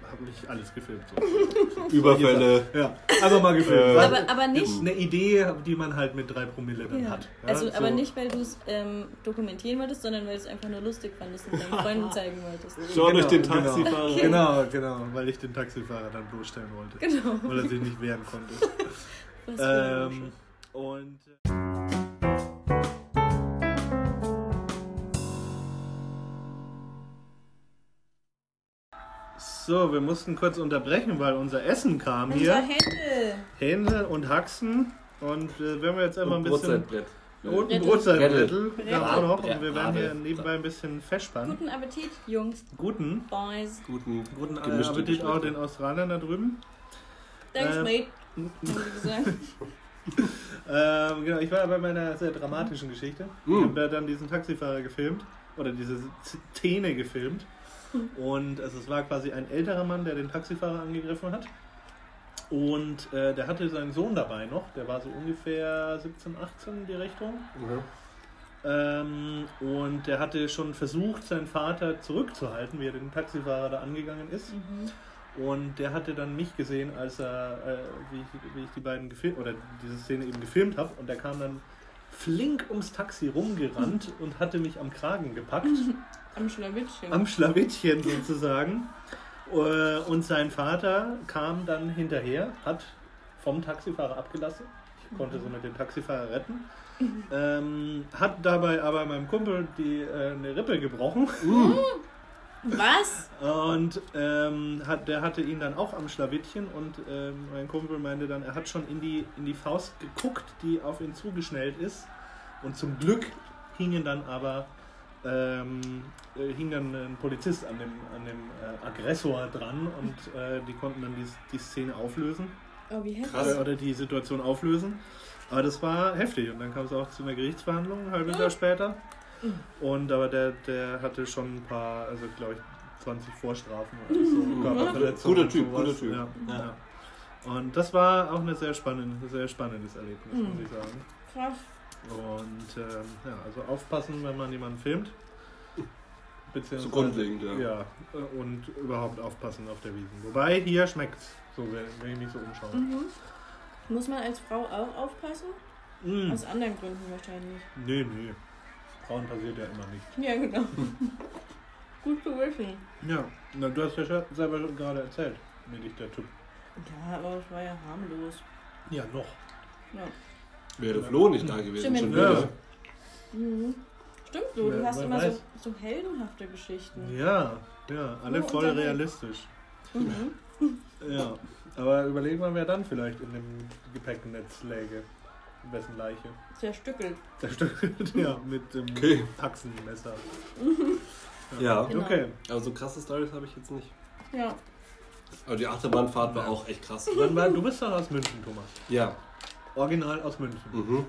S1: habe ich alles gefilmt. So.
S3: Überfälle.
S1: Ja, einfach mal gefilmt.
S3: Äh,
S1: War
S2: Aber, aber nicht.
S1: eine Idee, die man halt mit drei Promille dann
S2: Ja.
S1: hat. Ja,
S2: Also,
S1: so.
S2: aber nicht, weil du es ähm, dokumentieren wolltest, sondern weil du es einfach nur lustig fandest und deinen Freunden zeigen wolltest.
S3: Schau durch den Taxifahrer.
S1: Genau, genau, genau, weil ich den Taxifahrer dann bloßstellen wollte.
S2: Genau.
S1: Weil er sich nicht wehren konnte.
S2: Was für eine
S1: ähm,
S2: Lusche.
S1: und. äh, So, wir mussten kurz unterbrechen, weil unser Essen kam
S2: Unser
S1: hier.
S2: Händel.
S1: Hähne und Haxen. Und äh, wenn wir jetzt einfach ein
S3: Und
S1: bisschen.
S3: Brotzeitbrett.
S1: Und ein
S2: Brettel.
S1: Brotzeitbrettel.
S2: Brettel.
S1: Ja, auch noch. Und wir
S3: Brettel.
S1: werden hier nebenbei ein bisschen festspannen.
S2: Guten Appetit, Jungs,
S1: Guten.
S2: Boys.
S3: Guten,
S1: Guten
S3: gemischte
S1: Appetit auch
S3: Geschlechter.
S1: den Australiern da drüben.
S2: Thanks,
S3: Äh,
S1: Ähm,
S2: mate. Haben sie gesagt.
S1: Ähm, genau, ich war bei meiner sehr dramatischen Geschichte. Ich
S3: Mhm.
S1: habe dann diesen Taxifahrer gefilmt oder diese Szene gefilmt. Und also es war quasi ein älterer Mann, der den Taxifahrer angegriffen hat. Und äh, der hatte seinen Sohn dabei noch, der war so ungefähr 17, 18 in die Richtung.
S3: Mhm.
S1: Ähm, und er hatte schon versucht, seinen Vater zurückzuhalten, wie er den Taxifahrer da angegangen ist.
S2: Mhm.
S1: Und der hatte dann mich gesehen, als er, äh, wie, ich, wie ich die beiden gefilmt, oder diese Szene eben gefilmt habe. Und der kam dann flink ums Taxi rumgerannt und hatte mich am Kragen gepackt,
S2: Am Schlawittchen.
S1: am Schlawittchen sozusagen. Äh, Und sein Vater kam dann hinterher, hat vom Taxifahrer abgelassen. Ich konnte somit den Taxifahrer retten. Ähm, hat dabei aber meinem Kumpel die, äh, eine Rippe gebrochen.
S2: Was?
S1: Und ähm, hat, der hatte ihn dann auch am Schlawittchen und ähm, mein Kumpel meinte dann, er hat schon in die, in die Faust geguckt, die auf ihn zugeschnellt ist. Und zum Glück hingen dann aber ähm, äh, hing dann ein Polizist an dem, an dem äh, Aggressor dran und äh, die konnten dann die, die Szene auflösen
S2: Oh, wie heftig.
S3: Krass.
S1: äh, oder die Situation auflösen. Aber das war heftig und dann kam es auch zu einer Gerichtsverhandlung, ein halbes Jahr später. Und aber der, der hatte schon ein paar, also glaube ich, 20 Vorstrafen oder so. Körperverletzungen
S3: Guter
S1: und
S3: Typ,
S1: sowas.
S3: guter Typ.
S1: Ja,
S3: Ja.
S1: ja. Und das war auch ein sehr, spannend, sehr spannendes Erlebnis,
S2: Mhm.
S1: muss ich sagen.
S2: Krass.
S1: Und ähm, ja, also aufpassen, wenn man jemanden filmt. Beziehungsweise,
S3: So grundlegend, ja.
S1: Ja, äh, und überhaupt aufpassen auf der Wiese. Wobei, hier schmeckt's, so wenn wenn ich mich so umschaue.
S2: Mhm. Muss man als Frau auch aufpassen?
S3: Hm.
S1: Mm.
S2: Aus anderen Gründen wahrscheinlich.
S1: Nee, nee. Frauen passiert ja immer nichts.
S2: Ja, genau. Gut zu wissen.
S1: Ja, na, du hast ja scha- selber schon gerade erzählt, mir liegt der Typ.
S2: Ja, aber es war ja harmlos.
S1: Ja, noch.
S2: Ja.
S3: Wäre Flo nicht da gewesen,
S2: Stimmt,
S3: schon
S1: ja.
S3: wieder.
S2: Mhm. Stimmt, du, du
S1: Wer-
S2: hast
S1: wer
S2: immer so,
S1: weiß.
S2: so heldenhafte Geschichten.
S1: Ja, ja, alle
S2: Nur
S1: voll
S2: unterwegs.
S1: realistisch.
S2: Mhm.
S1: Ja, aber überleg mal, wer dann vielleicht in dem Gepäcknetz läge. Wessen Leiche.
S2: Zerstückelt.
S1: Der stimmt, ja, mit dem
S3: Okay.
S1: Taxenmesser.
S3: Ja.
S2: Genau.
S1: Okay.
S3: Aber so krasse Stories habe ich jetzt nicht.
S2: Ja.
S3: Aber die Achterbahnfahrt war auch echt krass.
S1: Wann war, du bist doch aus München, Thomas.
S3: Ja.
S1: Original aus München.
S3: Mhm.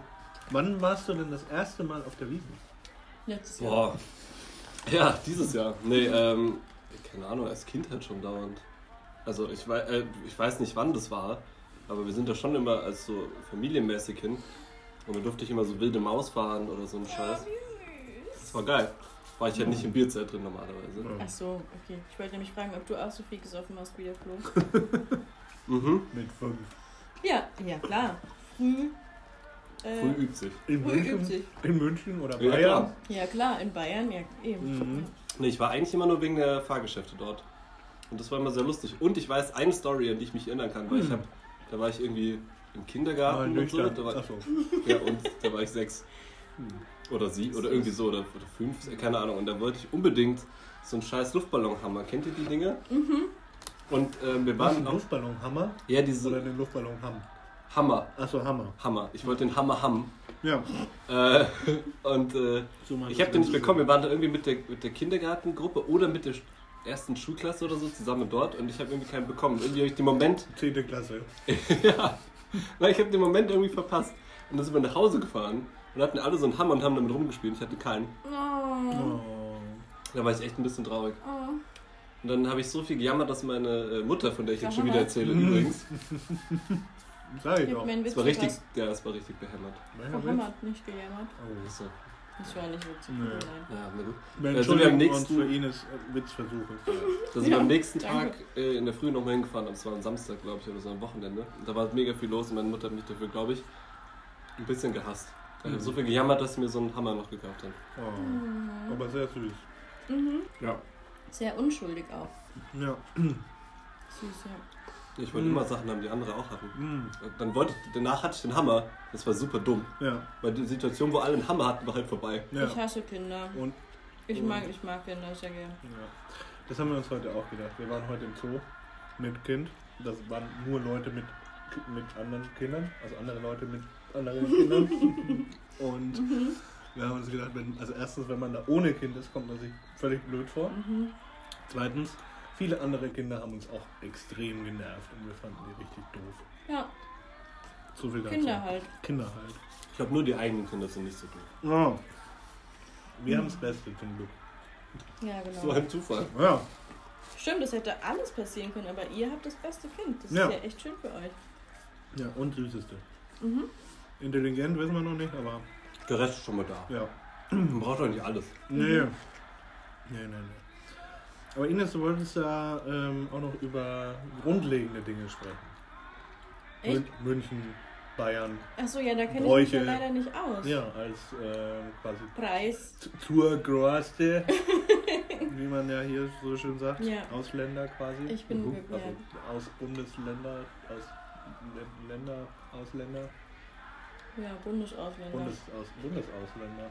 S1: Wann warst du denn das erste Mal auf der Wiese?
S2: Letztes Jahr.
S3: Boah. Ja, dieses Jahr. Nee, ähm, keine Ahnung, als Kind halt schon dauernd. Also ich, wei äh, ich weiß nicht, wann das war, aber wir sind da schon immer als so familienmäßig hin. Und dann durfte ich immer so wilde Maus fahren oder so ein Scheiß. Das war geil. War ich ja nicht im Bierzelt drin normalerweise.
S2: Ach so, okay. Ich wollte nämlich fragen, ob du auch so viel gesoffen hast wie der Flo.
S3: Mhm.
S1: Mit fünf.
S2: Ja, ja, klar. Früh. Äh,
S3: Früh übt sich.
S1: In
S2: Früh übt sich.
S1: In München oder
S3: Ja,
S1: Bayern?
S3: klar.
S2: Ja, klar, in Bayern, ja, eben.
S1: Mhm.
S3: Nee, ich war eigentlich immer nur wegen der Fahrgeschäfte dort. Und das war immer sehr lustig. Und ich weiß eine Story, an die ich mich erinnern kann, weil ich
S1: Hm.
S3: hab, da war ich irgendwie im
S1: Mal
S3: Kindergarten und so.
S1: nüchtern.
S3: Da war,
S1: Ach so.
S3: Ja, und da war ich sechs. Oder sie, oder irgendwie so, oder, oder fünf, äh, keine Ahnung. Und da wollte ich unbedingt so einen scheiß Luftballonhammer. Kennt ihr die Dinge? Mhm. Und ähm, wir
S1: Was, ein
S3: waren auch.
S1: Luftballonhammer?
S3: Ja,
S1: Oder
S3: diese
S1: den Luftballon Hamm?
S3: Hammer.
S1: Achso, Hammer.
S3: Hammer. Ich wollte den Hammer haben.
S1: Ja.
S3: Äh, und äh,
S1: So meine
S3: ich habe den nicht bekommen. Wir waren da irgendwie mit der, mit der Kindergartengruppe oder mit der ersten Schulklasse oder so zusammen dort und ich habe irgendwie keinen bekommen. Irgendwie habe ich den Moment
S1: Zehnte Klasse.
S3: Ja, weil ich habe den Moment irgendwie verpasst. Und dann sind wir nach Hause gefahren und hatten alle so einen Hammer und haben damit rumgespielt. Ich hatte keinen.
S2: Oh,
S1: Oh.
S3: Da war ich echt ein bisschen traurig.
S2: oh.
S3: Und dann habe ich so viel gejammert, dass meine äh, Mutter, von der ich jetzt schon
S2: Hammer.
S3: wieder erzähle übrigens,
S1: Sag ich
S2: Ich hab
S1: doch.
S2: meinen
S3: das
S2: Witz
S3: war richtig,
S2: verpasst.
S3: ja, das war richtig behämmert.
S2: Verhammert, nicht gejammert.
S1: Oh.
S3: Also,
S2: Das war nicht witzig.
S1: Nö.
S2: Nein.
S3: ja, na gut.
S1: Wir
S3: Also wir
S1: entschuldigen
S3: haben
S1: uns
S3: nächsten-
S1: für Ines äh, Witzversuche.
S3: Da sind wir
S2: Ja,
S3: am nächsten Tag
S2: danke.
S3: äh, in der Früh nochmal hingefahren. Das war am Samstag, glaube ich, oder so am Wochenende. Und da war mega viel los und meine Mutter hat mich dafür, glaube ich, ein bisschen gehasst. Ich habe
S1: Mhm.
S3: so viel gejammert, dass sie mir so einen Hammer noch gekauft hat.
S1: Oh. Aber sehr süß.
S2: Mhm.
S1: Ja.
S2: Sehr unschuldig auch.
S1: Ja.
S2: Süß, ja.
S3: Ich wollte
S1: Mhm.
S3: immer Sachen haben, die andere auch hatten.
S1: Mm.
S3: Dann wollte ich, danach hatte ich den Hammer. Das war super dumm.
S1: Ja.
S3: Weil die Situation, wo alle einen Hammer hatten, war halt vorbei.
S2: Ich
S1: Ja.
S2: hasse Kinder.
S1: Und-
S2: ich,
S1: und-
S2: mag, ich mag Kinder sehr gern.
S1: ja. Das haben wir uns heute auch gedacht. Wir waren heute im Zoo mit Kind. Das waren nur Leute mit, mit anderen Kindern. Also andere Leute mit anderen Kindern. Und
S2: Mhm.
S1: wir haben uns gedacht, wenn, also erstens, wenn man da ohne Kind ist, kommt man sich völlig blöd vor.
S2: Mhm.
S1: Zweitens, viele andere Kinder haben uns auch extrem genervt und wir fanden die richtig doof.
S2: Ja,
S1: So viel dazu.
S2: Kinder halt.
S1: Kinder halt.
S3: Ich glaube, nur die eigenen Kinder sind nicht so dumm.
S1: Ja. Wir haben das Beste zum Glück.
S2: Ja,
S3: Das war
S2: genau.
S3: ein Zufall.
S1: Ja.
S2: Stimmt, das hätte alles passieren können, aber ihr habt das beste Kind. Das
S1: Ja.
S2: ist ja echt schön für euch.
S1: Ja, und süßeste.
S2: Mhm.
S1: Intelligent wissen wir noch nicht, aber
S3: Der Rest ist schon mal da.
S1: ja.
S3: Man braucht doch nicht alles.
S1: Nee.
S2: Mhm.
S1: Nee, nee, nee. Aber Ines, du wolltest ja ähm, auch noch über grundlegende Dinge sprechen.
S2: Echt?
S1: Mün- München, Bayern.
S2: Achso, ja, da kenne ich mich
S1: Bräuche.
S2: ja leider nicht aus.
S1: Ja, als ähm, quasi
S2: Preis.
S1: zur Größte, wie man ja hier so schön sagt,
S2: Ja.
S1: Ausländer quasi.
S2: Ich bin
S3: Mhm,
S2: wirklich.
S1: also aus Bundesländer, aus Lä- Länder, Ausländer,
S2: Ja, ja Bundesausländer. Mhm.
S1: Bundes, aus, Bundesausländer.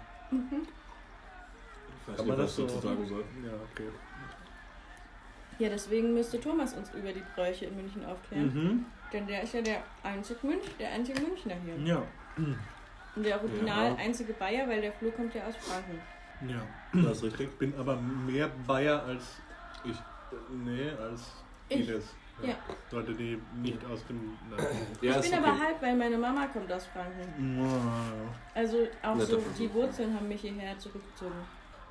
S3: Ich weiß
S1: Kann
S3: nicht,
S1: man
S3: was
S1: das
S3: ich
S1: so-
S3: dazu sagen soll.
S1: Ja, okay.
S2: Ja, deswegen müsste Thomas uns über die Bräuche in München aufklären.
S1: Mhm.
S2: Denn der ist ja der einzige, Münch, der einzige Münchner hier.
S1: Ja. Genau.
S2: Und der original
S3: Ja.
S2: einzige Bayer, weil der Flo kommt ja aus Franken.
S1: Ja.
S3: Das ist richtig.
S1: Bin aber mehr Bayer als
S3: Ich.
S1: Nee, als
S2: Ich.
S1: Ines.
S2: Ja.
S1: Leute, die nicht aus dem. Nein.
S3: Ja,
S2: Ich
S3: ist
S2: bin
S3: okay.
S2: aber halb, weil meine Mama kommt aus Franken. Also auch
S3: Na,
S2: so,
S3: dafür-
S2: die Wurzeln haben mich hierher zurückgezogen.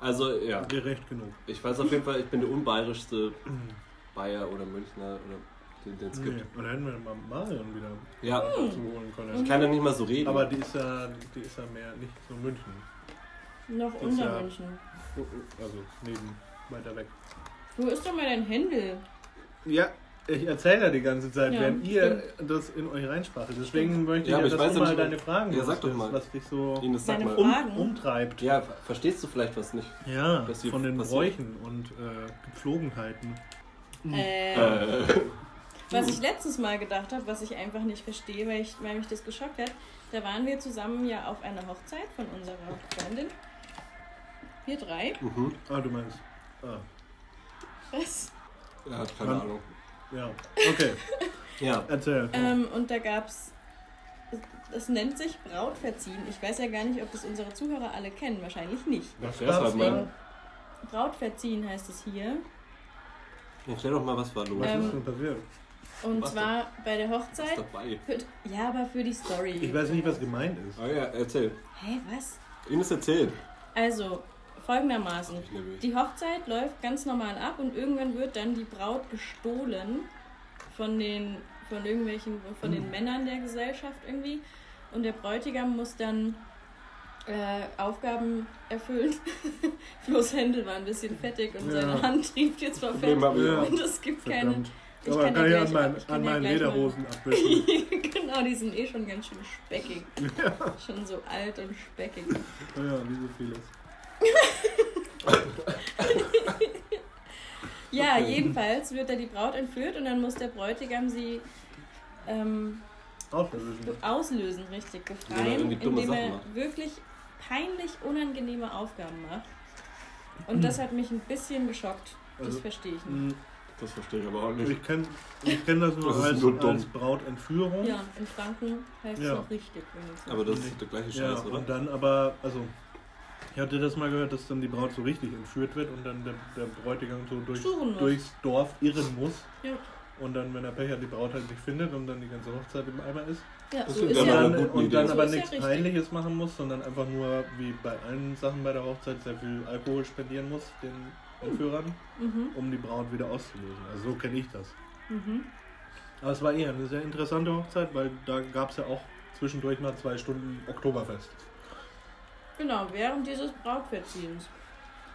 S3: Also, ja.
S1: Gerecht genug.
S3: Ich weiß auf jeden Fall, ich bin der unbayerischste Bayer oder Münchner oder den den es
S1: Nee.
S3: gibt.
S1: Und dann hätten wir mal Marion wieder
S3: Ja,
S1: zum Holen
S3: ich
S1: können.
S3: kann ja nicht mal so reden.
S1: Aber die ist ja, die ist ja mehr nicht so München.
S2: Noch
S1: Ist
S2: unter
S1: ja-
S2: München.
S3: Oh,
S1: Also neben, weiter weg.
S2: Wo ist doch mal dein Händel?
S1: Ja, ich erzähle ja die ganze Zeit,
S2: Ja,
S1: während ihr das in euch reinsprachelt. Deswegen möchte ich
S3: Ja, aber
S1: ja,
S3: ich
S1: dass
S3: weiß
S1: du
S3: ja
S1: mal
S3: nicht,
S1: deine Fragen
S3: Ja, sag doch
S1: loslässt,
S3: mal.
S1: was dich so
S3: Ines, sag
S2: Deine
S3: mal.
S2: Frau-
S1: um,
S2: Fragen?
S1: umtreibt.
S3: Ja, ver- verstehst du vielleicht was nicht?
S1: Ja,
S3: Was hier
S1: von den
S3: passiert.
S1: Bräuchen und äh, Gepflogenheiten. Hm.
S2: Äh,
S3: Äh,
S2: Was ich letztes Mal gedacht habe, was ich einfach nicht verstehe, weil, ich, weil mich das geschockt hat, da waren wir zusammen ja auf einer Hochzeit von unserer Freundin. Wir drei.
S3: mhm.
S1: Ah, du meinst. Ah,
S2: Was?
S3: Ja, keine
S1: Mann.
S3: Ahnung.
S1: ja. Okay,
S3: Ja,
S1: erzähl.
S2: Ähm, und da gab's, das nennt sich Brautverziehen. Ich weiß ja gar nicht, ob das unsere Zuhörer alle kennen. Wahrscheinlich nicht.
S3: erklär's halt
S2: ähm,
S3: mal.
S2: Brautverziehen heißt es hier.
S3: Erklär doch mal, was war los?
S1: Was
S2: Ähm,
S1: ist denn passiert?
S2: Und
S3: Was
S2: zwar bei der
S3: was ist
S2: Hochzeit.
S3: dabei?
S2: Für, ja, aber für die Story.
S1: Ich weiß nicht, was gemeint ist.
S3: Ah ja, erzähl.
S2: Hä, was?
S3: Ines, erzähl.
S2: Also, folgendermaßen.
S3: Ich nehme mich.
S2: Die Hochzeit läuft ganz normal ab und irgendwann wird dann die Braut gestohlen von den von irgendwelchen von den
S1: Hm.
S2: Männern der Gesellschaft irgendwie und der Bräutigam muss dann äh, Aufgaben erfüllen. Flo's Händel war ein bisschen fettig und
S1: Ja.
S2: seine Hand trieft jetzt vor Fett
S3: Problem habe ich
S1: Ja.
S3: auch.
S2: und es gibt keine.
S1: Verdammt.
S2: Ich
S1: Aber
S2: kann
S1: kann ich
S2: ja
S1: an
S2: gleich-
S1: meinen,
S2: ich kann
S1: an
S2: ja
S1: meinen
S2: gleich mal-
S1: Lederhosen abwischen.
S2: genau, die sind eh schon ganz schön speckig. Schon so alt und speckig.
S1: ja, wie so vieles.
S2: Ja,
S3: Okay.
S2: jedenfalls wird da die Braut entführt und dann muss der Bräutigam sie ähm,
S1: Auflösen.
S2: auslösen, richtig,
S3: Indem er
S2: befreien,
S3: irgendwie dumme
S2: indem er
S3: Sachen macht.
S2: wirklich peinlich unangenehme Aufgaben macht.
S3: Mhm.
S2: Und das hat mich ein bisschen geschockt. Das
S1: Also,
S2: verstehe ich nicht.
S1: Hm,
S3: Das verstehe ich aber auch nicht.
S1: Ich kenne ich kenn das nur
S3: Das ist
S1: als,
S3: nur dumm.
S1: als Brautentführung.
S2: Ja, in Franken heißt
S1: Mhm. Ja.
S2: es noch richtig. wenigstens.
S3: Aber das ist ne? der gleiche
S1: Ja,
S3: Scheiß,
S1: und
S3: oder?
S1: dann aber, also, ich hatte das mal gehört, dass dann die Braut so richtig entführt wird und dann der, der Bräutigam so durch,
S2: Suchen muss.
S1: durchs Dorf irren muss.
S2: Ja.
S1: Und dann, wenn er Pech hat, die Braut halt nicht findet und dann die ganze Hochzeit im Eimer ist.
S2: ja,
S3: das
S2: so
S3: sind
S2: ist
S1: und
S3: aber
S2: ja.
S1: dann,
S3: eine gute
S1: und
S3: Idee.
S1: dann
S2: So
S1: aber
S2: ist ja
S1: nichts
S2: richtig.
S1: Peinliches machen muss, sondern einfach nur, wie bei allen Sachen bei der Hochzeit, sehr viel Alkohol spendieren muss den Entführern,
S2: Mhm,
S1: um die Braut wieder auszulösen. Also so kenne ich das.
S2: mhm.
S1: Aber es war eher eine sehr interessante Hochzeit, weil da gab es ja auch zwischendurch mal zwei Stunden Oktoberfest.
S2: Genau, während dieses Brautverziehens.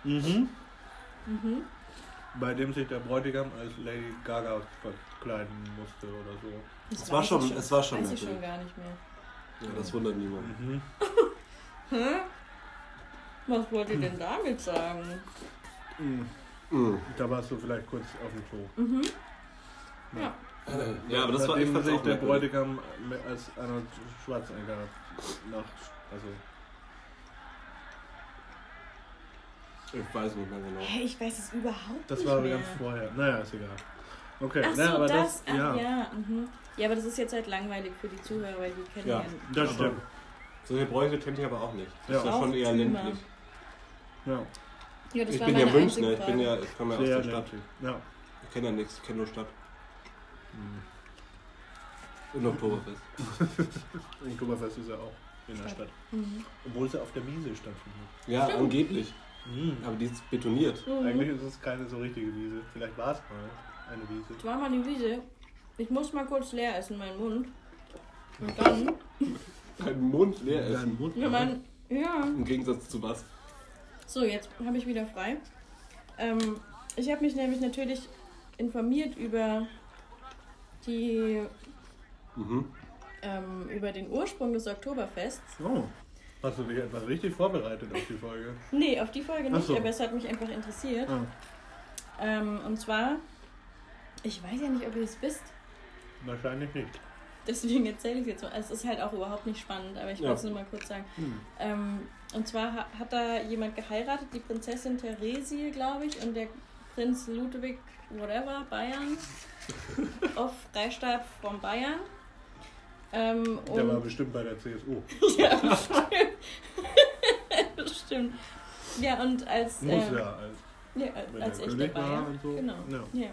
S1: Mhm.
S2: Mhm.
S1: bei dem sich der Bräutigam als Lady Gaga verkleiden musste oder so.
S3: Es war
S2: weiß
S3: schon-
S2: ich
S3: es war schon
S2: Weiß ich schon
S3: merkwürdig.
S2: gar nicht mehr.
S3: Ja, das wundert niemand.
S1: Mhm.
S2: Hä? Was wollt ihr denn damit sagen?
S3: Mhm.
S1: Da warst du vielleicht kurz auf dem Klo.
S2: Mhm. Ja.
S3: Ja, aber das war ich
S1: Nachdem
S3: fand's
S1: sich
S3: auch
S1: der
S3: merkwürdig.
S1: Bräutigam als einer Schwarzenegger nach. Also.
S3: Ich weiß nicht mehr genau.
S2: Hä, ich weiß es überhaupt
S1: Das
S2: nicht
S1: war aber
S2: mehr.
S1: ganz vorher. Naja, ist egal. Okay,
S2: Ach so,
S1: ne, aber
S2: das,
S1: das.
S2: ach, ja.
S1: ja,
S2: mhm. ja, aber das ist jetzt halt langweilig für die Zuhörer, weil die kennen
S3: Ja.
S2: ja, ja
S1: das stimmt.
S3: Solche Bräuche kenne ich aber auch nicht. Das
S1: Ja.
S3: ist ja schon
S2: Auch
S3: eher
S2: Thema.
S3: ländlich.
S1: Ja,
S2: das
S3: Ich
S2: war
S3: bin ja
S2: meine
S3: Münchner,
S2: einzige
S3: ich bin
S2: Frage.
S3: ja, ich komme ja aus
S1: sehr
S3: der Stadt.
S1: nervig. Ja.
S3: Ich kenne ja nichts, ich kenne nur Stadt. Hm.
S1: Mhm.
S3: Und Oktoberfest.
S1: Oktoberfest ist ja auch in der
S2: Stadt.
S1: Stadt.
S2: Mhm.
S1: Obwohl es ja auf der Wiese stattfindet.
S3: Ja,
S2: Stimmt.
S3: angeblich.
S1: Mhm.
S3: Aber die ist betoniert.
S2: Mhm.
S1: Eigentlich ist es keine so richtige Wiese. Vielleicht war es mal eine Wiese.
S2: Das war mal eine Wiese. Ich muss mal kurz leer essen, meinen Mund. Und dann,
S3: Dein Mund leer essen.
S1: Mund.
S2: wenn man, ja,
S3: Im Gegensatz zu was?
S2: So, jetzt habe ich wieder frei. Ähm, ich habe mich nämlich natürlich informiert über die
S3: Mhm.
S2: ähm, über den Ursprung des Oktoberfests.
S1: Oh. Hast du dich etwas richtig vorbereitet auf die Folge?
S2: Nee, auf die Folge
S1: Ach
S2: nicht,
S1: so.
S2: aber es hat mich einfach interessiert.
S1: Ah,
S2: Ähm, und zwar, ich weiß ja nicht, ob ihr es wisst,
S1: wahrscheinlich nicht.
S2: deswegen erzähle ich es jetzt mal. Es ist halt auch überhaupt nicht spannend, aber ich
S3: Ja.
S2: wollte es nur mal kurz sagen.
S1: Hm.
S2: Ähm, und zwar ha- hat da jemand geheiratet, die Prinzessin Theresie, glaube ich, und der Prinz Ludwig, whatever, Bayern, auf Freistaat von Bayern. Ähm, und
S1: Der war bestimmt bei der CSU.
S2: ja, bestimmt. bestimmt. Ja, und als,
S1: Muss
S2: ähm,
S1: ja, als,
S2: ja, als-
S1: wenn
S2: als
S1: er
S2: echter
S1: König war
S2: Bayern.
S1: und so.
S2: Genau.
S1: Ja.
S2: Ja.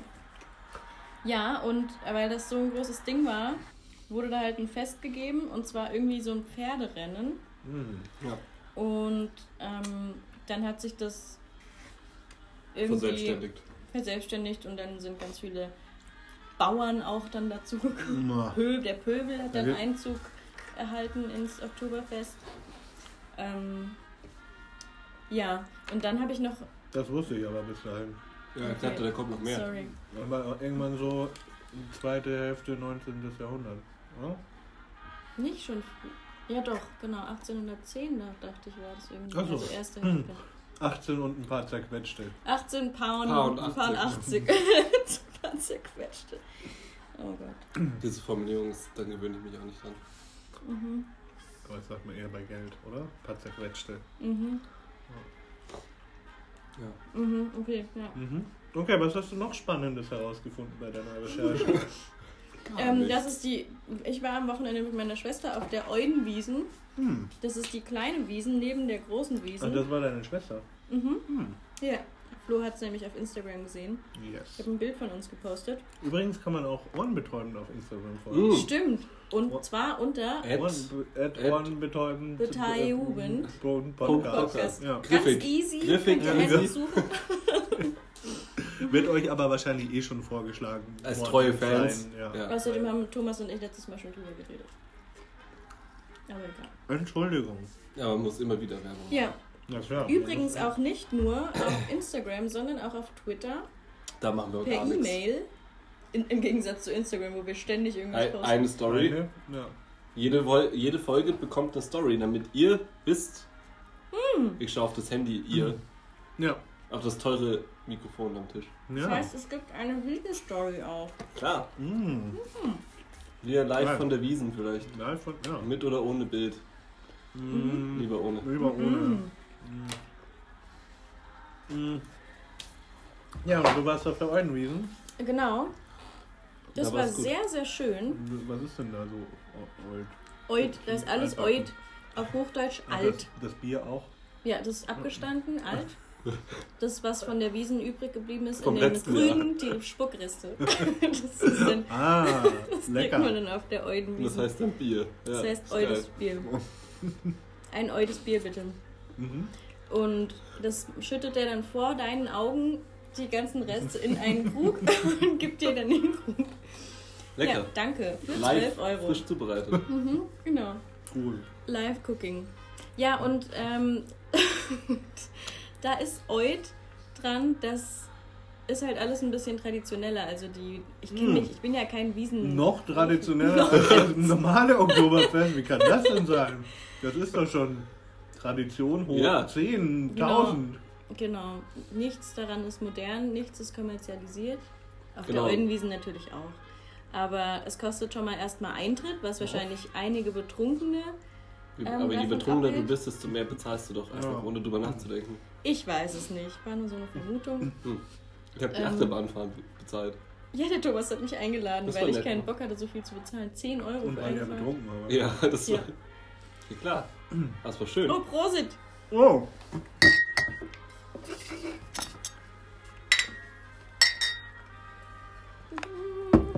S2: ja, und weil das so ein großes Ding war, wurde da halt ein Fest gegeben, und zwar irgendwie so ein Pferderennen.
S1: Hm.
S3: Ja.
S2: Und ähm, dann hat sich das irgendwie
S3: Verselbstständigt.
S2: verselbstständigt und dann sind ganz viele Bauern auch dann dazu gekommen.
S1: Ma.
S2: Pö- Der Pöbel hat dann
S3: Mhm.
S1: Okay.
S2: Einzug erhalten ins Oktoberfest. Ähm, ja, und dann habe ich noch.
S1: Das wusste ich aber bis dahin.
S3: Ja, ich dachte, da kommt noch mehr.
S2: Sorry.
S1: Aber irgendwann so zweite Hälfte 19. Jahrhundert. ne? Ja?
S2: Nicht schon früh. Ja, doch, genau. 1810, da dachte ich, war das irgendwie.
S1: Ach so.
S2: Also erste
S1: Hm.
S2: Hälfte.
S1: 18 und ein paar zerquetschte.
S2: 18 Pound,
S3: Pound,
S2: Pound 80.
S1: Mhm.
S2: Pound zerquetschte. Oh Gott.
S3: Diese Formulierung, ist- dann gewöhne ich mich auch nicht dran.
S2: Mhm.
S1: Aber das sagt man eher bei Geld, oder? Ein paar zerquetschte.
S2: Mhm.
S3: Ja.
S2: Mhm. Okay, ja.
S1: Mhm. Okay, was hast du noch Spannendes herausgefunden bei deiner Recherche?
S2: Ähm, das ist die. Ich war am Wochenende mit meiner Schwester auf der Eudenwiesen.
S1: hm.
S2: Das ist die kleine Wiesen neben der großen
S1: Ach,
S2: Wiesen.
S1: Ah, das war deine Schwester.
S2: mhm.
S1: Hm.
S2: Ja. Flo hat es nämlich auf Instagram gesehen. Ich
S1: Yes.
S2: habe ein Bild von uns gepostet.
S1: Übrigens kann man auch ohrenbetäubend auf Instagram folgen.
S3: Mm.
S2: Stimmt. Und
S1: What?
S2: zwar unter
S3: Ed,
S1: Ohren, Ed,
S3: Ed-
S1: ohrenbetäubend.
S2: Betäubend.
S1: Podcast. Podcast.
S2: Podcast.
S1: Ja.
S2: Ganz
S3: Griffig.
S2: easy.
S3: Griffig,
S2: könnt ihr
S1: ja.
S2: einfach suchen.
S1: Wird euch aber wahrscheinlich eh schon vorgeschlagen.
S3: Als
S1: worden
S3: treue Fans.
S1: sein, Ja.
S3: Ja.
S2: Außerdem haben Thomas und ich letztes Mal schon drüber geredet. Aber egal.
S1: Entschuldigung.
S3: Ja, man muss immer wieder Werbung machen.
S2: Ja,
S1: Na klar.
S2: übrigens auch nicht nur auf Instagram, sondern auch auf Twitter,
S3: Da machen wir
S2: per
S3: gar nichts.
S2: E-Mail. In, Im Gegensatz zu Instagram, wo wir ständig irgendwas
S3: Ein,
S2: posten.
S3: eine Story.
S1: Eine? Ja.
S3: Jede, Vol- jede Folge bekommt eine Story, damit ihr wisst.
S2: Hm.
S3: Ich schaue auf das Handy, ihr.
S1: Ja.
S3: Auf das teure Mikrofon am Tisch.
S2: Das
S1: Ja.
S2: heißt, es gibt eine Video-Story auch.
S3: Klar.
S1: Mm.
S3: Wir live
S1: Nein.
S3: von der Wiesen vielleicht.
S1: Live von, ja.
S3: Mit oder ohne Bild.
S1: Mm.
S3: Lieber ohne.
S1: Lieber ohne.
S2: Mhm.
S1: Mm. Ja, und du warst auf der Eulenwiesen.
S2: Genau. Das
S3: Da
S2: war
S3: war's gut. Mhm.
S2: sehr, sehr schön.
S1: Was ist denn da so o- old?
S2: Oid, das ist alles
S1: Altbacken.
S2: Oid. Auf Hochdeutsch
S1: Und
S2: alt.
S1: Ah, Das, das Bier auch?
S2: Ja, das ist abgestanden, alt. Das, was von der Wiesen übrig geblieben ist,
S3: Vom
S2: in den
S3: letzten Jahr.
S2: grünen die Spuckreste. Das ist dann,
S1: Ah,
S2: das kriegt man
S1: lecker.
S2: dann auf der
S3: Und das
S2: Eudenwiesen.
S3: heißt dann Bier. Ja,
S2: Das heißt
S3: ist geil.
S2: Eudes Bier. Ein Eudes Bier bitte.
S1: Mhm.
S2: Und das schüttet er dann vor deinen Augen die ganzen Reste in einen Krug und gibt dir dann den Krug. Ja,
S3: Lecker.
S2: danke. Für 12
S3: Live
S2: Euro.
S3: frisch zubereitet.
S2: Mhm, genau.
S1: Cool.
S2: Live Cooking. Ja, und ähm, da ist Oid dran, das ist halt alles ein bisschen traditioneller. Also die, ich kenne
S1: Hm.
S2: mich, ich bin ja kein Wiesen.
S1: Noch traditioneller als das normale Oktoberfest. Wie kann das denn sein? Das ist doch schon Tradition hoch
S3: Ja.
S1: 10.000.
S2: Genau. Nichts daran ist modern, nichts ist kommerzialisiert. Auf
S3: Genau.
S2: der Eudenwiesen natürlich auch. Aber es kostet schon mal erstmal Eintritt, was wahrscheinlich einige Betrunkene.
S3: Je-
S2: Ähm,
S3: Aber je
S2: davon
S3: betrunkener du
S2: abhängig?
S3: bist, desto mehr bezahlst du doch einfach,
S1: Ja.
S3: ohne drüber nachzudenken.
S2: Ich weiß es nicht, war nur so eine Vermutung.
S3: Ich habe die
S2: Ähm.
S3: Achterbahnfahrt bezahlt.
S2: Ja, der Thomas hat mich eingeladen,
S3: Das war
S2: weil ich
S3: nett,
S2: keinen
S3: ne?
S2: Bock hatte, so viel zu bezahlen. 10 Euro
S1: Und
S2: für
S1: waren ja
S2: eine Fahrt.
S1: betrunken. Aber.
S3: Ja, das
S2: Ja.
S3: war. Ja, klar. Das war schön.
S2: Oh, Prosit!
S1: Oh.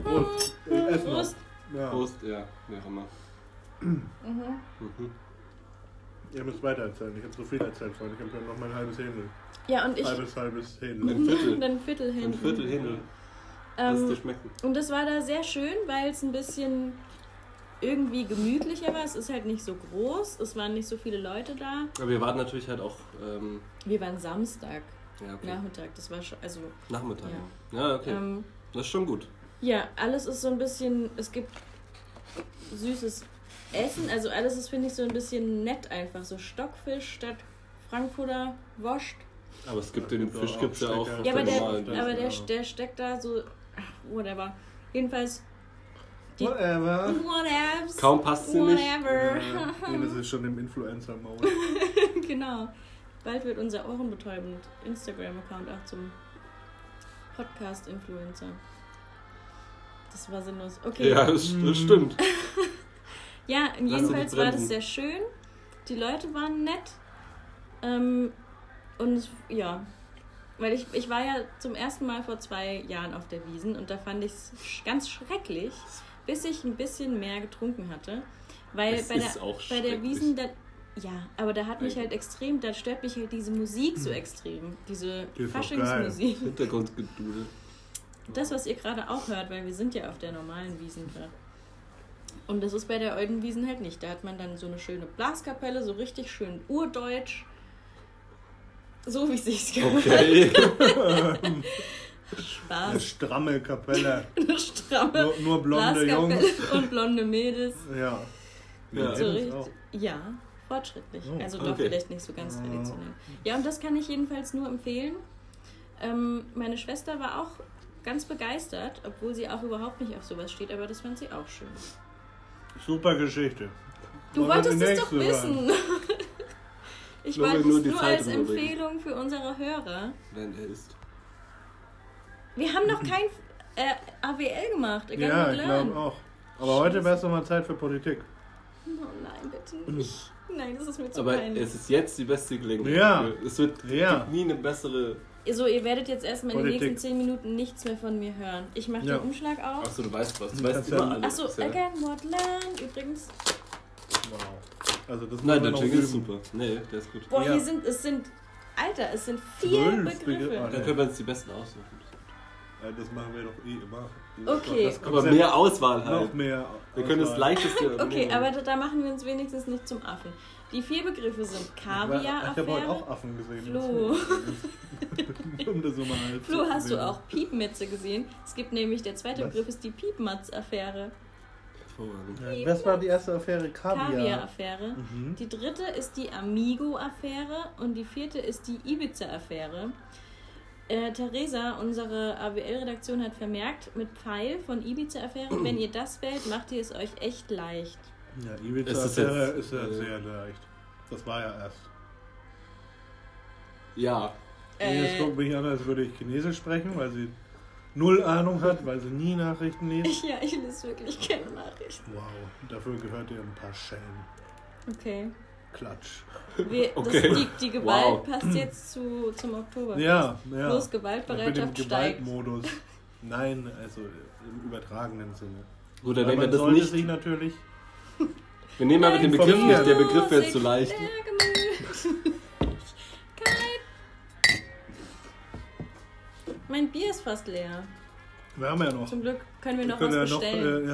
S1: Prost. Ich esse noch.
S2: Äh, Prost.
S1: Ja.
S3: Prost, ja, wie auch immer.
S2: Mhm.
S3: Mhm.
S1: Ihr müsst weiter erzählen. Ich habe so viel erzählt, Freunde. Ich habe noch mein halbes Händel.
S2: Ja, und ich.
S1: Halbes, halbes Händel.
S3: Ein Viertel.
S2: Dann Viertel hin.
S3: Ein Viertel hin. Lass es dir
S2: Ähm,
S3: schmecken.
S2: und das war da sehr schön, weil es ein bisschen irgendwie gemütlicher war. Es ist halt nicht so groß, es waren nicht so viele Leute da.
S3: Aber wir waren natürlich halt auch ähm,
S2: Wir waren Samstag
S3: ja, okay.
S2: Nachmittag, das war schon, also
S3: Nachmittag.
S2: Ja.
S3: Ja, okay.
S2: ähm,
S3: Das ist schon gut.
S2: ja, alles ist so ein bisschen, es gibt süßes Essen, also alles ist, finde ich, so ein bisschen nett einfach. So Stockfisch statt Frankfurter Wurst.
S3: Aber es gibt
S1: Ja,
S3: den
S1: gibt's
S3: Fisch,
S1: auch
S3: gibt es ja auch.
S1: Stecker.
S3: auf
S2: Ja, aber der,
S3: normalen Dings,
S2: aber der,
S3: ja.
S2: der steckt da so, ach, whatever. Jedenfalls, Die-
S1: Whatever.
S2: whatevs,
S3: Kaum passt sie nicht.
S2: whatever.
S1: Äh, nee, das ist schon im Influencer-Mode.
S2: genau. Bald wird unser ohrenbetäubend Instagram-Account auch zum Podcast-Influencer. Das war sinnlos. Okay.
S3: Ja, das,
S1: Mhm.
S3: das stimmt.
S2: Ja, in
S3: Lass
S2: jedenfalls
S3: sie nicht
S2: war
S3: brennen.
S2: das sehr schön. Die Leute waren nett. Ähm, und es- ja, weil ich, ich war ja zum ersten Mal vor zwei Jahren auf der Wiesen und da fand ich es ganz schrecklich, bis ich ein bisschen mehr getrunken hatte. Weil
S3: Es
S2: bei, der,
S3: ist auch
S2: bei der
S3: schrecklich.
S2: Wiesen, da, ja, aber da hat mich
S3: Eigentlich.
S2: halt extrem, da stört mich halt diese Musik
S3: Hm.
S2: so extrem. Diese
S1: Die ist doch
S2: Faschingsmusik.
S3: Hintergrundgedudel.
S2: Das, was ihr gerade auch hört, weil wir sind ja auf der normalen Wiesen gerade. Und das ist bei der alten Wiesen halt nicht. Da hat man dann so eine schöne Blaskapelle, so richtig schön urdeutsch. So wie es sich gehört.
S3: Okay.
S1: Eine
S2: Spaß.
S1: stramme Kapelle.
S2: Eine stramme
S1: Nur, nur blonde
S2: Blaskapelle
S1: Jungs.
S2: und blonde Mädels.
S1: Ja.
S3: Ja.
S2: So
S1: Mädels
S2: richtig,
S1: auch.
S2: ja, fortschrittlich.
S1: Oh,
S2: also doch
S3: okay.
S2: vielleicht nicht so ganz
S1: Ah.
S2: traditionell. Ja, und das kann ich jedenfalls nur empfehlen. Ähm, meine Schwester war auch ganz begeistert, obwohl sie auch überhaupt nicht auf sowas steht, aber das fand sie auch schön.
S1: Super Geschichte.
S2: Du
S1: Wollen wir
S2: wolltest
S1: die
S2: es doch
S1: nächste
S2: wissen. Ich
S3: Nur wenn
S2: wollte es
S3: nur
S2: nur,
S3: die Zeit
S2: als
S3: überbringen.
S2: Empfehlung für unsere Hörer.
S3: Wenn er ist.
S2: Wir haben noch kein äh, AWL gemacht.
S1: hören?
S2: Egal
S1: Ja,
S2: mit
S1: ich
S2: Learn.
S1: glaube auch. Aber heute wäre es nochmal Zeit für Politik.
S2: Oh nein, bitte nicht. Nein, das ist mir zu
S3: Aber
S2: peinlich.
S3: es ist jetzt die beste Gelegenheit.
S1: Ja.
S3: dafür. Es wird
S1: Ja.
S3: gibt nie eine bessere.
S2: So, ihr werdet jetzt erstmal in den
S1: Politik.
S2: nächsten 10 Minuten nichts mehr von mir hören. Ich mache
S1: Ja.
S2: den Umschlag auf.
S3: Achso, du weißt was. Du
S1: Kannst
S3: weißt
S1: ja-
S3: immer alles.
S2: Achso,
S3: ja.
S2: again, what learn. Übrigens,
S1: Wow. Also das müssen
S3: Nein,
S1: wir
S3: der
S1: noch
S3: Jingle ist
S1: üben.
S3: super. Nee, der ist gut.
S2: boah,
S1: Ja.
S2: hier sind, es sind, Alter, es sind vier
S1: Zwölf Begriffe. Ah,
S2: Begriffe.
S3: Dann können wir uns die besten aussuchen.
S1: Ja, Äh, Das machen wir doch eh immer.
S2: Okay.
S1: Das
S3: Aber
S1: Konzept
S3: mehr Auswahl
S1: noch
S3: halt.
S1: mehr. Also,
S3: Wir können das
S1: Auswahl.
S3: leichteste.
S2: Okay, aber da- da machen wir uns wenigstens nicht zum Affen. Die vier Begriffe sind Kaviar,
S1: Ich habe heute auch
S2: Affäre.
S1: Affen gesehen.
S2: Flo.
S1: um das nochmal halt zu
S2: Flo, hast du
S1: sehen.
S2: auch Piepmetze gesehen? Es gibt nämlich, der zweite
S1: Was?
S2: Begriff ist die Piepmatz-Affäre.
S3: Hervorragend.
S1: Ja, das war die erste Affäre Kaviar.
S2: Kaviar-Affäre.
S1: Mhm.
S2: Die dritte ist die Amigo-Affäre und die vierte ist die Ibiza-Affäre. Äh, Theresa, unsere AWL-Redaktion, hat vermerkt, mit Pfeil von Ibiza-Affäre, wenn ihr das wählt, macht ihr es euch echt leicht.
S1: Ja,
S3: Ist das
S1: Ibiza-Affäre
S3: jetzt,
S1: ist ja
S3: äh,
S1: sehr leicht. Das war ja erst.
S3: Ja.
S1: Äh,
S2: Äh.
S1: Ines guckt mich an, als würde ich Chinesisch sprechen, weil sie null Ahnung hat, weil sie nie Nachrichten liest.
S2: ja, ich lese wirklich keine Nachricht.
S1: Wow, dafür gehört ihr ein paar Schellen.
S2: Okay.
S1: Klatsch.
S2: Wir,
S3: Okay.
S2: das, die, die Gewalt
S3: Wow.
S2: passt jetzt zu, zum Oktober.
S1: Ja, ja.
S2: Bloß
S1: ich bin im
S2: Gewaltbereitschaft steigt.
S1: Gewaltmodus. Nein, also im übertragenen Sinne.
S3: Gut, dann
S1: Aber
S3: nehmen wir
S1: man
S3: das
S1: sollte
S3: nicht.
S1: sich natürlich.
S3: Wir nehmen aber den Begriff
S1: Informieren.
S3: nicht. Der Begriff wäre zu leicht.
S2: äh, Mein Bier ist fast leer.
S1: Wir haben ja noch.
S2: Zum Glück können wir
S1: Wir
S2: noch
S1: können
S2: was
S1: ja noch.
S2: bestellen.
S1: Äh,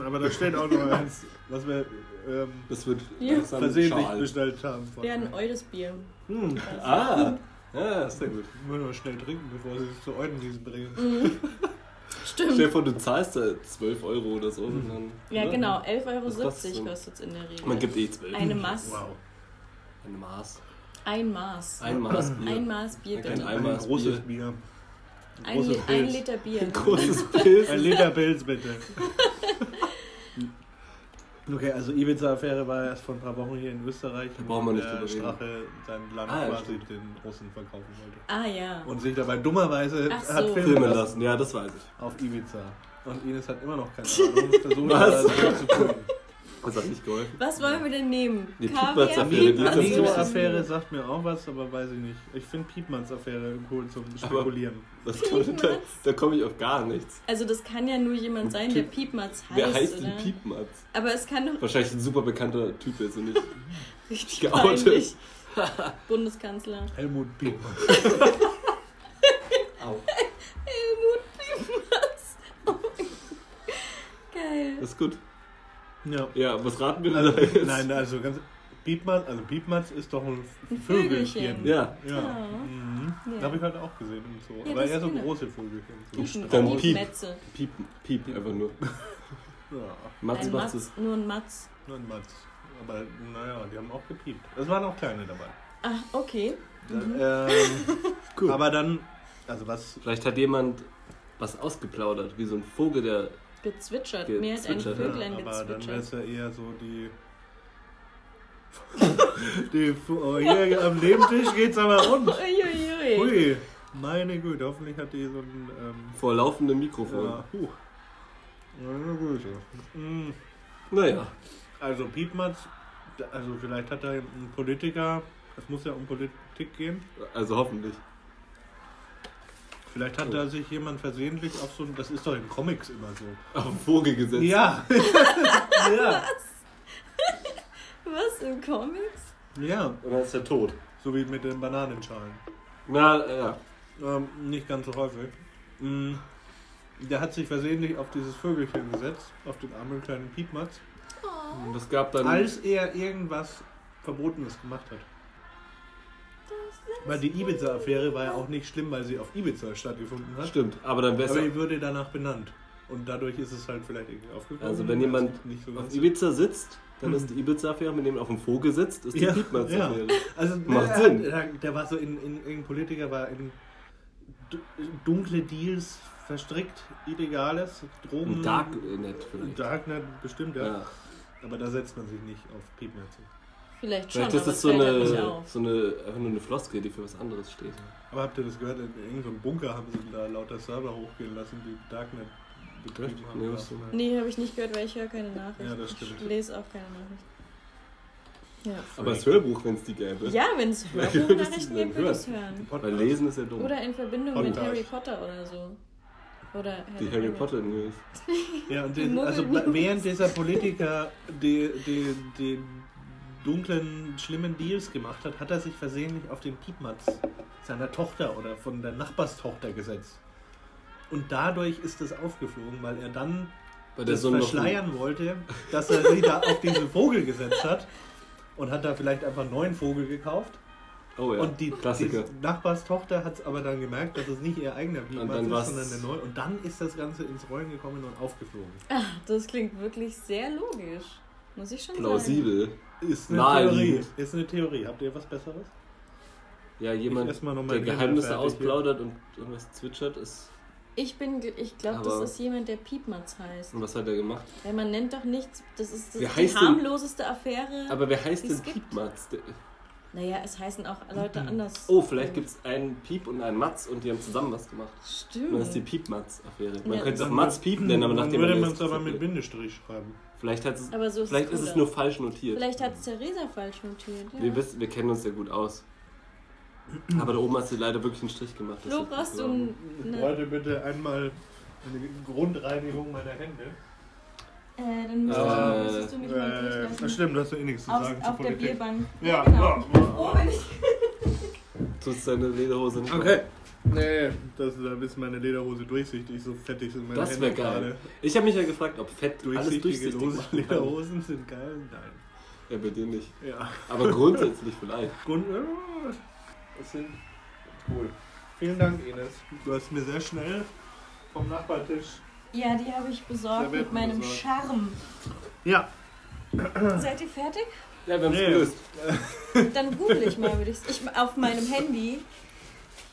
S1: ja, aber da steht auch noch eins, was wir ähm,
S3: Das wird
S2: Ja.
S3: langsam
S1: versehentlich
S3: schal.
S1: bestellt haben. Von.
S2: wir haben ein eures Bier.
S1: Hm,
S3: Ah, ja, ist ja gut.
S1: müssen wir schnell trinken, bevor sie es zu Eudenwiesen bringen.
S2: Stimmt.
S3: Stell dir vor, du zahlst da 12 Euro oder so.
S1: Mhm.
S3: Und dann,
S2: Ja,
S3: ne?
S2: genau.
S3: Was
S2: 11,70
S3: kostet's
S2: Euro
S3: denn?
S2: kostet es in der Regel.
S3: Man gibt eh 12.
S2: Eine Maß.
S1: Wow.
S3: Eine Maß.
S2: Ein Maß.
S3: Ein Maß Bier.
S2: Ein Maß Bier.
S3: Man
S2: bitte.
S3: kann
S2: Ein,
S3: Einmal
S1: Ein
S3: das
S1: großes Bier.
S2: ein,
S1: großes
S2: Li- ein
S1: Pilz.
S2: Liter Bier.
S3: Ein großes Pilz.
S1: Ein Liter Pilz bitte. Okay, also Ibiza-Affäre war erst vor ein paar Wochen hier in Österreich,
S3: Da brauchen wir nicht
S1: der
S3: drüber reden.
S1: Strache sein Land
S3: Ah, ja,
S1: quasi
S3: stimmt.
S1: den Russen verkaufen wollte.
S2: Ah ja.
S1: Und sich dabei dummerweise
S2: Ach
S1: hat filmen
S2: so.
S3: Filmen
S1: lassen,
S3: lassen. Ja, das weiß ich.
S1: auf Ibiza. Und Ines hat immer noch keine Ahnung, versucht
S3: Was?
S1: das also zu tun.
S3: Das hat nicht geholfen.
S2: Was wollen wir denn nehmen?
S3: Die
S2: Kaviar,
S3: Piepmatz-Affäre, die ist
S2: Piepmatz-
S3: das Amigo- Süßeste.
S1: Amigo-Affäre sagt mir auch was, aber weiß ich nicht. Ich finde Piepmanns-Affäre cool zum Spekulieren.
S3: Das kann, da da komme ich auf gar nichts.
S2: Also das kann ja nur jemand sein, der
S3: Piep-
S2: Piepmatz heißt,
S3: Wer heißt
S2: oder?
S3: denn Piepmatz?
S2: Aber es kann doch
S3: Wahrscheinlich ein super bekannter Typ jetzt und nicht.
S2: richtig
S3: Geoutet.
S2: peinlich. Bundeskanzler.
S1: Helmut Piepmann.
S3: Au.
S2: Helmut Piepmatz. Oh mein Gott. Geil.
S3: Das ist gut.
S1: Ja.
S3: Ja, was raten wir denn da
S1: Also,
S3: jetzt?
S1: nein, also ganz. Biebmann, also Biebmatz ist doch ein,
S2: Ein
S1: Vögelchen.
S2: Vögelchen.
S3: Ja,
S1: Ja.
S2: Ja.
S1: Mhm.
S2: Ja.
S1: Habe ich halt auch gesehen im Zoo.
S2: Ja,
S1: Aber
S2: das
S1: eher so
S2: kenne ich.
S1: große Vögelchen. So
S2: Piepen,
S3: Dann
S1: Strauß.
S3: piep.
S2: Piepmetze.
S3: piepen, piepen einfach nur.
S1: Ja,
S3: Mats
S2: Ein
S3: macht
S2: Matz,
S3: es.
S2: nur ein Matz.
S1: nur ein Matz. Aber naja, die haben auch gepiept. Es waren auch kleine dabei.
S2: Ach, Ah, okay.
S1: Ähm,
S3: Cool.
S1: aber dann, also was.
S3: Vielleicht hat jemand was ausgeplaudert, wie so ein Vogel, der.
S2: Gezwitschert.
S3: Ge-
S2: Mir hat ein
S3: zwitschert, ja,
S2: Vöglein
S1: Ja, aber dann wäre es
S2: gezwitschert.
S1: ja eher so die. die oh, hier am Nebentisch geht's aber rund.
S2: Uiuiui.
S1: Hui, meine Güte, hoffentlich hat die so ein. Ähm,
S3: Vor laufendem Mikrofon.
S1: ja, huh. Meine Güte. Mm.
S3: Naja,
S1: Also Piepmatz, also vielleicht hat da ein Politiker, es muss ja um Politik gehen,
S3: also hoffentlich.
S1: vielleicht hat da sich jemand versehentlich auf so ein, das ist doch in Comics immer so.
S3: Auf den Vogel gesetzt.
S1: Ja. ja.
S2: Was? In Comics?
S1: Ja,
S3: Und dann ist er tot.
S1: so wie mit den Bananenschalen.
S3: Na, ja.
S1: Ähm, nicht ganz so häufig. Mm, Der hat sich versehentlich auf dieses Vögelchen gesetzt, auf den armen kleinen Piepmatz,
S3: Und es gab dann.
S1: als er irgendwas Verbotenes gemacht hat. Weil die Ibiza-Affäre war ja auch nicht schlimm, weil sie auf Ibiza stattgefunden hat.
S3: Stimmt, aber dann
S1: Aber die
S3: besser.
S1: würde danach benannt. Und dadurch ist es halt vielleicht irgendwie aufgekommen.
S3: Also wenn jemand
S1: nicht so
S3: Auf
S1: ganz-
S3: Ibiza sitzt, dann ist die Ibiza-Affäre, mit dem auf dem Vogel sitzt, ist die
S1: Hm. Ja,
S3: Piepmatz-Affäre.
S1: Also
S3: Macht
S1: der,
S3: Sinn.
S1: Der, der war so in, in, in Politiker war in du- dunkle Deals verstrickt, illegales, Drogen.
S3: Im Darknet vielleicht.
S1: Darknet bestimmt, ja.
S3: Ja.
S1: Aber da setzt man sich nicht auf Piepnetze.
S2: Vielleicht schon,
S3: Vielleicht ist
S2: aber
S3: das
S2: es
S3: so
S2: fällt halt nicht
S3: eine,
S2: auf.
S3: so eine, einfach nur eine Floskel, die für was anderes steht.
S1: Aber habt ihr das gehört? In irgendeinem Bunker haben sie da lauter Server hochgehen lassen, die Darknet betrieben
S3: Echt?
S1: haben.
S3: Nee, wusste ich nicht.
S2: Nee, habe ich nicht gehört, weil ich höre keine Nachrichten.
S1: Ja, das stimmt.
S2: Ich lese auch keine Nachrichten. Ja.
S3: Aber das Hörbuch, wenn es die gäbe.
S2: Ja, wenn es
S3: Vielleicht würdest du
S2: Hörbuchnachrichten
S3: dann
S2: gibt, würde ich es
S3: hören.
S2: hören.
S1: Podcast.
S3: Weil Lesen ist ja dumm.
S2: Oder in Verbindung mit
S1: Podcast.
S2: Harry Potter oder so. Oder
S3: die Harry Potter News.
S1: Ja, und
S2: Die
S1: den, also
S2: Muggel-
S1: b- während dieser Politiker die, die, die dunklen, schlimmen Deals gemacht hat, hat er sich versehentlich auf den Piepmatz seiner Tochter oder von der Nachbarstochter gesetzt. Und dadurch ist es aufgeflogen, weil er dann
S3: Bei der
S1: das
S3: Sonne
S1: verschleiern wollte, dass er sie da auf diesen Vogel gesetzt hat und hat da vielleicht einfach einen neuen Vogel gekauft.
S3: Oh ja.
S1: und die,
S3: Klassiker.
S1: die Nachbarstochter hat es aber dann gemerkt, dass es nicht ihr eigener Piepmatz
S3: dann war's-
S1: ist, sondern der neue. Und dann ist das Ganze ins Rollen gekommen und aufgeflogen.
S2: Das klingt wirklich sehr logisch. Muss ich schon sagen.
S3: Plausibel.
S1: Ist eine
S3: Naheliegend.
S1: Theorie. Ist eine Theorie. Habt ihr was Besseres?
S3: Ja,
S1: Ich
S3: jemand,
S1: ess mal noch
S3: der
S1: meine
S3: Geheimnisse
S1: Hände fertig hier.
S3: ausplaudert und irgendwas zwitschert, ist.
S2: Ich bin, ge- ich glaube, das
S3: Aber-
S2: ist jemand, der Piepmatz heißt.
S3: Und was hat er gemacht?
S2: Weil man nennt doch nichts, das ist das
S3: Wer
S2: ist die
S3: heißt denn-
S2: harmloseste Affäre.
S3: Aber wer heißt
S2: Die es
S3: denn
S2: gibt.
S3: Piepmatz? Der-
S2: naja, es heißen auch Leute anders.
S3: Oh, vielleicht gibt es einen Piep und einen Matz und die haben zusammen was gemacht. Und
S2: Stimmt.
S3: das ist die Piepmatz-Affäre. Man
S2: Hm. Ja.
S3: könnte es auch
S1: Dann
S3: Matz
S1: wür-
S3: Piep nennen, aber
S1: Dann
S3: nachdem
S1: würde
S3: man
S1: man es
S3: jetzt-
S1: aber mit Bindestrich schreiben.
S3: Vielleicht, hat es,
S2: Aber so ist
S3: vielleicht
S2: es
S3: ist es
S2: cooler.
S3: nur falsch notiert.
S2: Vielleicht hat es Theresa falsch notiert. Ja.
S3: Wir, wissen, wir kennen uns ja gut aus. Aber da oben hast du leider wirklich einen Strich gemacht. Das
S2: Flo,
S3: ist-
S2: brauchst du ein- eine.
S1: Leute, bitte einmal eine Grundreinigung meiner Hände.
S2: Äh, dann müsstest,
S1: Äh,
S2: du, müsstest du mich mal
S1: Äh, das
S2: durchlassen.
S1: stimmt, hast du eh nichts zu sagen
S2: Auf,
S1: zur
S2: auf der
S1: Politik.
S2: Bierbank.
S1: Ja,
S2: genau.
S1: ja.
S2: Oh, wenn ich.
S3: Tust deine Lederhose nicht
S1: Okay.
S3: auf.
S1: Nee, das, da ist meine Lederhose durchsichtig, so fettig sind meine
S3: Das
S1: Hände
S3: wäre geil.
S1: gerade.
S3: Ich habe mich ja gefragt, ob Fett alles
S1: Durchsichtige
S3: durchsichtig
S1: Lose,
S3: machen kann.
S1: Lederhosen sind geil? Nein.
S3: Ja, bei dir nicht.
S1: Ja.
S3: Aber grundsätzlich vielleicht.
S1: Grund. äh, Es sind cool. Vielen Dank, Ines. Du hast mir sehr schnell vom Nachbartisch.
S2: Ja, die habe ich besorgt mit
S1: Servietten
S2: meinem
S1: besorgt.
S2: Charme.
S1: Ja.
S2: Seid ihr fertig?
S3: Ja, wir haben es
S1: Nee.
S3: gelöst.
S2: Dann google ich mal, würde ich ich Auf meinem Handy.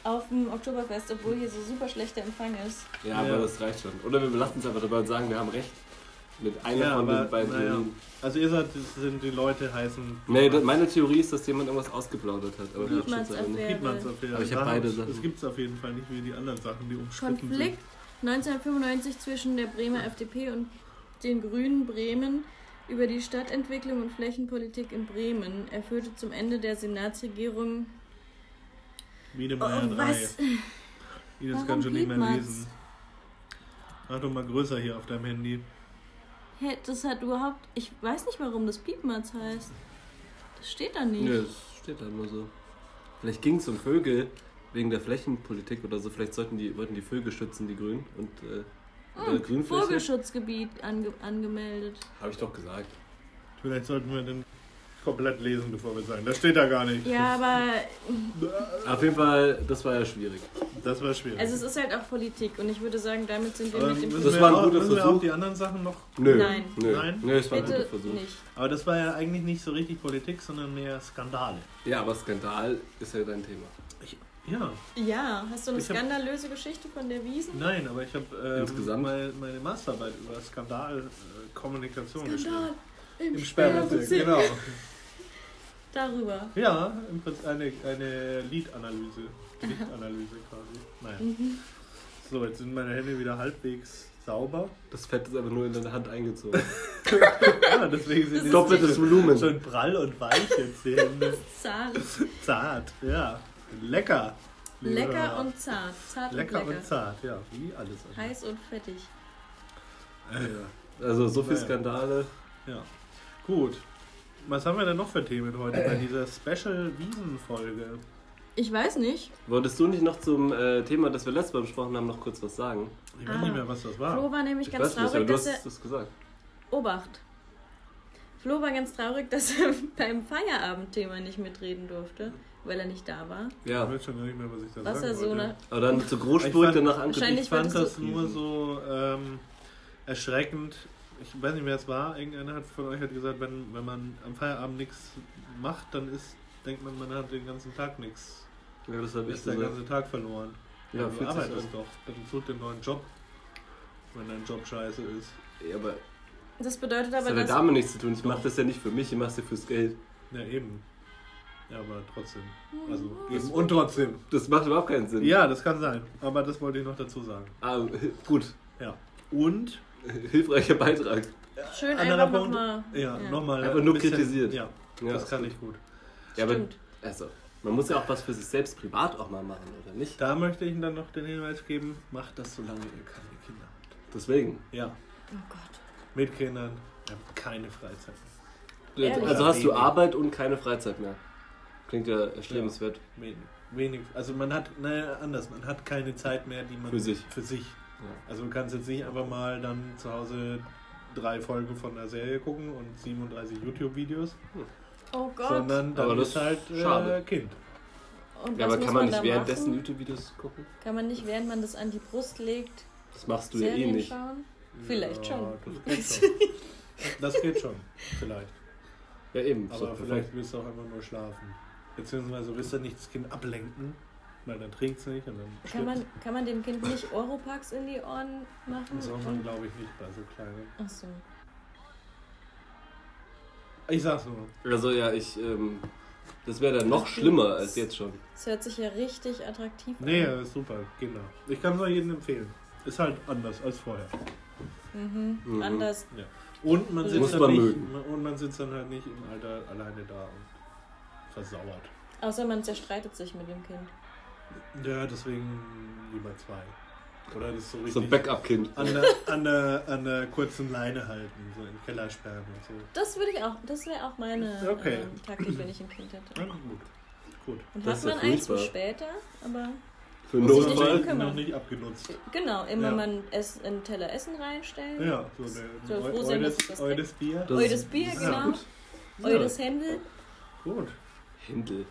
S2: Auf dem Oktoberfest, obwohl hier so super schlechter Empfang ist.
S3: Ja, aber
S1: Ja.
S3: das reicht schon. Oder wir belassen es einfach dabei und sagen, wir haben recht. Mit einer
S1: Ja,
S3: von
S1: aber,
S3: den beiden
S1: naja.
S3: Theorien.
S1: Also ihr seid, das sind die Leute heißen.
S3: Nee, da- meine Theorie ist, dass jemand irgendwas ausgeplaudert hat. Aber
S2: Piepmatz
S3: das stimmt nicht.
S2: erfährt.
S1: Piepmanns auf jeden
S3: Aber ich hab
S1: Fall.
S3: beide
S1: Das-
S3: Sachen.
S1: Das gibt's auf jeden Fall nicht wie die anderen Sachen, die umstritten
S2: Konflikt 1995 zwischen der Bremer FDP und den Grünen Bremen über die Stadtentwicklung und Flächenpolitik in Bremen. Er führte zum Ende der Senatsregierung.
S1: sind. Wiedemeyer
S2: Oh,
S1: 3.
S2: was?
S1: Ines kann
S2: Warum
S1: schon nicht mehr
S2: Piepmatz?
S1: lesen. Mach doch mal größer hier auf deinem Handy.
S2: Hä, das hat überhaupt. Ich weiß nicht, warum das Piepmatz heißt. Das steht da nicht.
S3: Nö, das steht da nur so. Vielleicht ging es um Vögel wegen der Flächenpolitik oder so. Vielleicht sollten die, wollten die Vögel schützen, die Grünen. Und äh,
S2: Hm. Ah,
S3: Äh, Grünfläche?
S2: Vogelschutzgebiet ange angemeldet.
S3: Habe ich doch gesagt.
S1: Vielleicht sollten wir den komplett lesen, bevor wir sagen. Das steht da gar nicht.
S2: Ja, aber
S3: Auf jeden Fall, das war ja schwierig.
S1: Das war schwierig.
S2: also es ist halt auch Politik und ich würde sagen, damit sind wir
S1: Aber
S2: mit dem
S1: müssen
S3: Das
S1: wir
S3: war ein
S1: auch,
S3: guter
S1: müssen wir auch
S3: Versuch.
S1: die anderen Sachen noch.
S3: Nö.
S2: Nein.
S3: Nö.
S1: Nein?
S3: Nö, es war ein guter
S2: Bitte
S3: Versuch.
S2: nicht.
S1: Aber das war ja eigentlich nicht so richtig Politik, sondern mehr Skandale.
S3: Ja, aber Skandal ist ja dein Thema.
S1: Ja,
S2: Ja, hast du eine
S1: Ich hab-
S2: skandalöse Geschichte von der Wiesen?
S1: nein, aber ich habe ähm,
S3: Insgesamt?
S1: meine, meine Masterarbeit über Skandalkommunikation geschrieben.
S2: Skandal im,
S1: Im
S2: Sperrbezirk.
S1: Sperrbezirk, genau.
S2: Darüber.
S1: Ja, im Prinzip eine, eine Lead-Analyse. Liedanalyse quasi. Naja.
S2: Mhm.
S1: So, jetzt sind meine Hände wieder halbwegs sauber.
S3: Das Fett ist aber nur in deine Hand eingezogen.
S1: Ja, deswegen
S2: Das
S1: sind die
S2: ist
S3: Doppeltes Volumen.
S1: schon prall und weich jetzt die Hände.
S2: Zart.
S1: Zart, ja. Lecker. liebe
S2: Lecker
S1: Hörer.
S2: und zart. Zart
S1: lecker
S2: und lecker.
S1: und zart, ja. Wie alles. andere.
S2: Heiß und fettig.
S3: Also so viel
S1: Naja.
S3: Skandale.
S1: Ja. Gut. Was haben wir denn noch für Themen heute bei dieser Special Wiesen-Folge?
S2: Ich weiß nicht.
S3: Wolltest du nicht noch zum äh, Thema, das wir letztes Mal besprochen haben, noch kurz was sagen?
S1: Ich
S2: Ah.
S1: weiß nicht mehr, was das war.
S2: Flo war nämlich ganz
S3: nicht, aber
S2: traurig,
S3: du
S2: dass
S3: hast
S2: er.
S3: das gesagt.
S2: Obacht. Flo war ganz traurig, dass er beim Feierabendthema nicht mitreden durfte, weil er nicht da war.
S1: Ich
S3: Ja.
S1: weiß schon gar nicht mehr, was ich da
S2: Was
S1: sagen
S2: er so
S1: wollte.
S2: nach
S3: Aber dann zu
S1: Ich
S3: Großspurt
S1: fand-
S3: danach
S2: Wahrscheinlich-
S3: angekündigt.
S1: Ich fand
S2: wolltest
S1: das nur so ähm, erschreckend. Ich weiß nicht, wer es war. Irgendeiner hat von euch hat gesagt, wenn, wenn man am Feierabend nichts macht, dann ist, denkt man, man hat den ganzen Tag nichts.
S3: Ja, das habe ich
S1: Ist der
S3: gesagt.
S1: ganze Tag verloren.
S3: Ja,
S1: Ja, du
S3: fühlt sich
S1: arbeitest
S3: so.
S1: doch. Dann tut den neuen Job. Wenn dein Job scheiße ist.
S3: Ja, aber
S2: Das bedeutet
S3: das
S2: aber,
S3: hat ja
S2: dass.
S3: damit nichts zu tun. Ich mache das ja nicht für mich, ich mache es ja fürs Geld.
S1: Ja, eben. Ja, aber trotzdem. Also,
S3: Das-
S1: eben und trotzdem.
S3: Das macht überhaupt keinen Sinn.
S1: Ja, das kann sein. Aber das wollte ich noch dazu sagen.
S3: Ah, gut.
S1: Ja. Und
S3: Hilfreicher Beitrag.
S2: Schön
S1: anderer
S2: einfach
S1: Punkt.
S2: nochmal.
S1: Ja, nochmal.
S3: Einfach
S1: ein
S3: nur
S1: bisschen-
S3: kritisiert.
S1: Ja,
S3: Ja,
S1: das
S3: ist
S1: kann
S3: gut.
S1: ich gut.
S3: Ja, aber
S2: Stimmt.
S3: also, man muss ja auch was für sich selbst privat auch mal machen, oder nicht?
S1: Da möchte ich Ihnen dann noch den Hinweis geben, macht das, solange ihr keine Kinder habt.
S3: Deswegen.
S1: Ja,
S2: Oh Gott.
S1: mit Kindern, ihr habt keine Freizeit. mehr.
S2: Ehrlich?
S3: Also hast du
S1: Wenig.
S3: Arbeit und keine Freizeit mehr. Klingt ja erstrebenswert.
S1: Wenig. Wenig. Also man hat, naja, anders, man hat keine Zeit mehr, die man
S3: Für sich.
S1: Für sich.
S3: Ja.
S1: Also du kannst jetzt nicht einfach mal dann zu Hause drei Folgen von einer Serie gucken und 37 YouTube-Videos,
S2: Oh Gott.
S1: sondern dann
S3: Aber das
S1: ist halt äh,
S3: schade.
S1: Kind.
S2: Und was
S3: Ja, aber
S2: muss
S3: kann man
S2: da
S3: nicht währenddessen
S2: Machen?
S3: YouTube-Videos gucken?
S2: Kann man nicht, während man das an die Brust legt,
S3: Das machst du
S2: Serien
S3: ja eh nicht.
S2: schauen? Vielleicht
S1: ja,
S2: schon.
S1: Das geht schon. Das geht schon, vielleicht.
S3: Ja, eben.
S1: Aber
S3: So, perfekt.
S1: vielleicht willst du auch einfach nur schlafen. Beziehungsweise willst du nicht das Kind ablenken, weil dann trinkt es nicht und dann
S2: Kann
S1: stirbt
S2: man, kann man dem Kind nicht Oropax in die Ohren machen?
S1: Das soll man,
S2: Und-
S1: glaube ich, nicht bei so kleinen.
S2: Ach so.
S1: Ich sag's nur.
S3: Also ja, ich. Ähm, das wäre dann noch schlimmer als jetzt schon.
S2: Das hört sich ja richtig attraktiv an.
S1: Nee, das ist super, Kinder. Ich kann es auch jedem empfehlen. Ist halt anders als vorher.
S2: Mhm.
S3: Mhm.
S2: Anders.
S1: Und man sitzt,
S3: Muss
S1: dann
S3: man
S1: nicht,
S3: mögen.
S1: und man sitzt dann halt nicht im Alter alleine da und versauert.
S2: Außer man zerstreitet sich mit dem Kind.
S1: Ja, deswegen lieber zwei. Oder das ist so
S3: So
S1: richtig.
S3: ein Backup-Kind.
S1: an, der, an, der, an der kurzen Leine halten, so in den Keller sperren und so.
S2: Das würde ich auch, das wäre auch meine
S1: Okay.
S2: ähm, Taktik, wenn ich ein Kind hätte.
S1: Ja, gut. Gut.
S2: Und
S3: Das
S2: hat
S3: ist ja
S2: man eins für
S3: furchtbar.
S2: später, aber
S3: Für einen
S2: Muss ich
S1: noch,
S2: dich
S3: Notfall.
S2: drum
S1: nicht,
S2: kümmern?
S1: noch nicht abgenutzt.
S2: genau, immer
S1: Ja.
S2: man es in den Teller Essen reinstellen.
S1: Ja, so
S2: Soll
S1: eine
S2: froh sein, dass ich
S1: Eudes,
S2: das
S1: Eudes Bier.
S2: Eudes Bier,
S3: ist
S1: genau.
S3: gut.
S2: Eures Händel.
S1: Gut.
S3: Händel.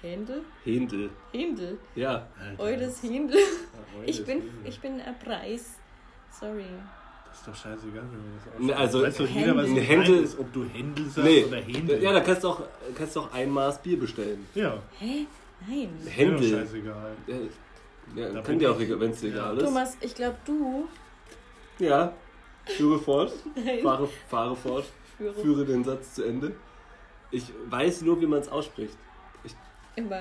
S2: Händel?
S3: Händel.
S2: Händel.
S3: Ja.
S2: Eudes Händel.
S1: Ja, Eudes
S2: Ich bin,
S1: Bier.
S2: ich bin ein Preis. Sorry.
S1: Das ist doch scheißegal, wenn man das
S3: Ne, also,
S1: Weiß doch jeder, was
S2: Händel.
S1: gemeint
S3: Händel-
S1: ist, ob du Händel sagst
S3: Nee.
S1: oder Händel.
S3: Ja, da kannst du auch, kannst du auch ein Maß Bier bestellen.
S1: ja.
S2: Hä? Nein.
S1: Ist doch
S3: Händel.
S1: scheißegal.
S3: Ja, ja
S1: Da
S3: könnt
S1: bin
S3: ihr auch,
S1: ich.
S3: wenn es egal ist.
S2: Thomas, ich glaube, du
S3: Ja. Führe fort.
S2: Nein.
S3: Fahre, fahre fort.
S2: Führe
S3: Führe den Satz zu Ende. Ich weiß nur, wie man es ausspricht.
S2: immer.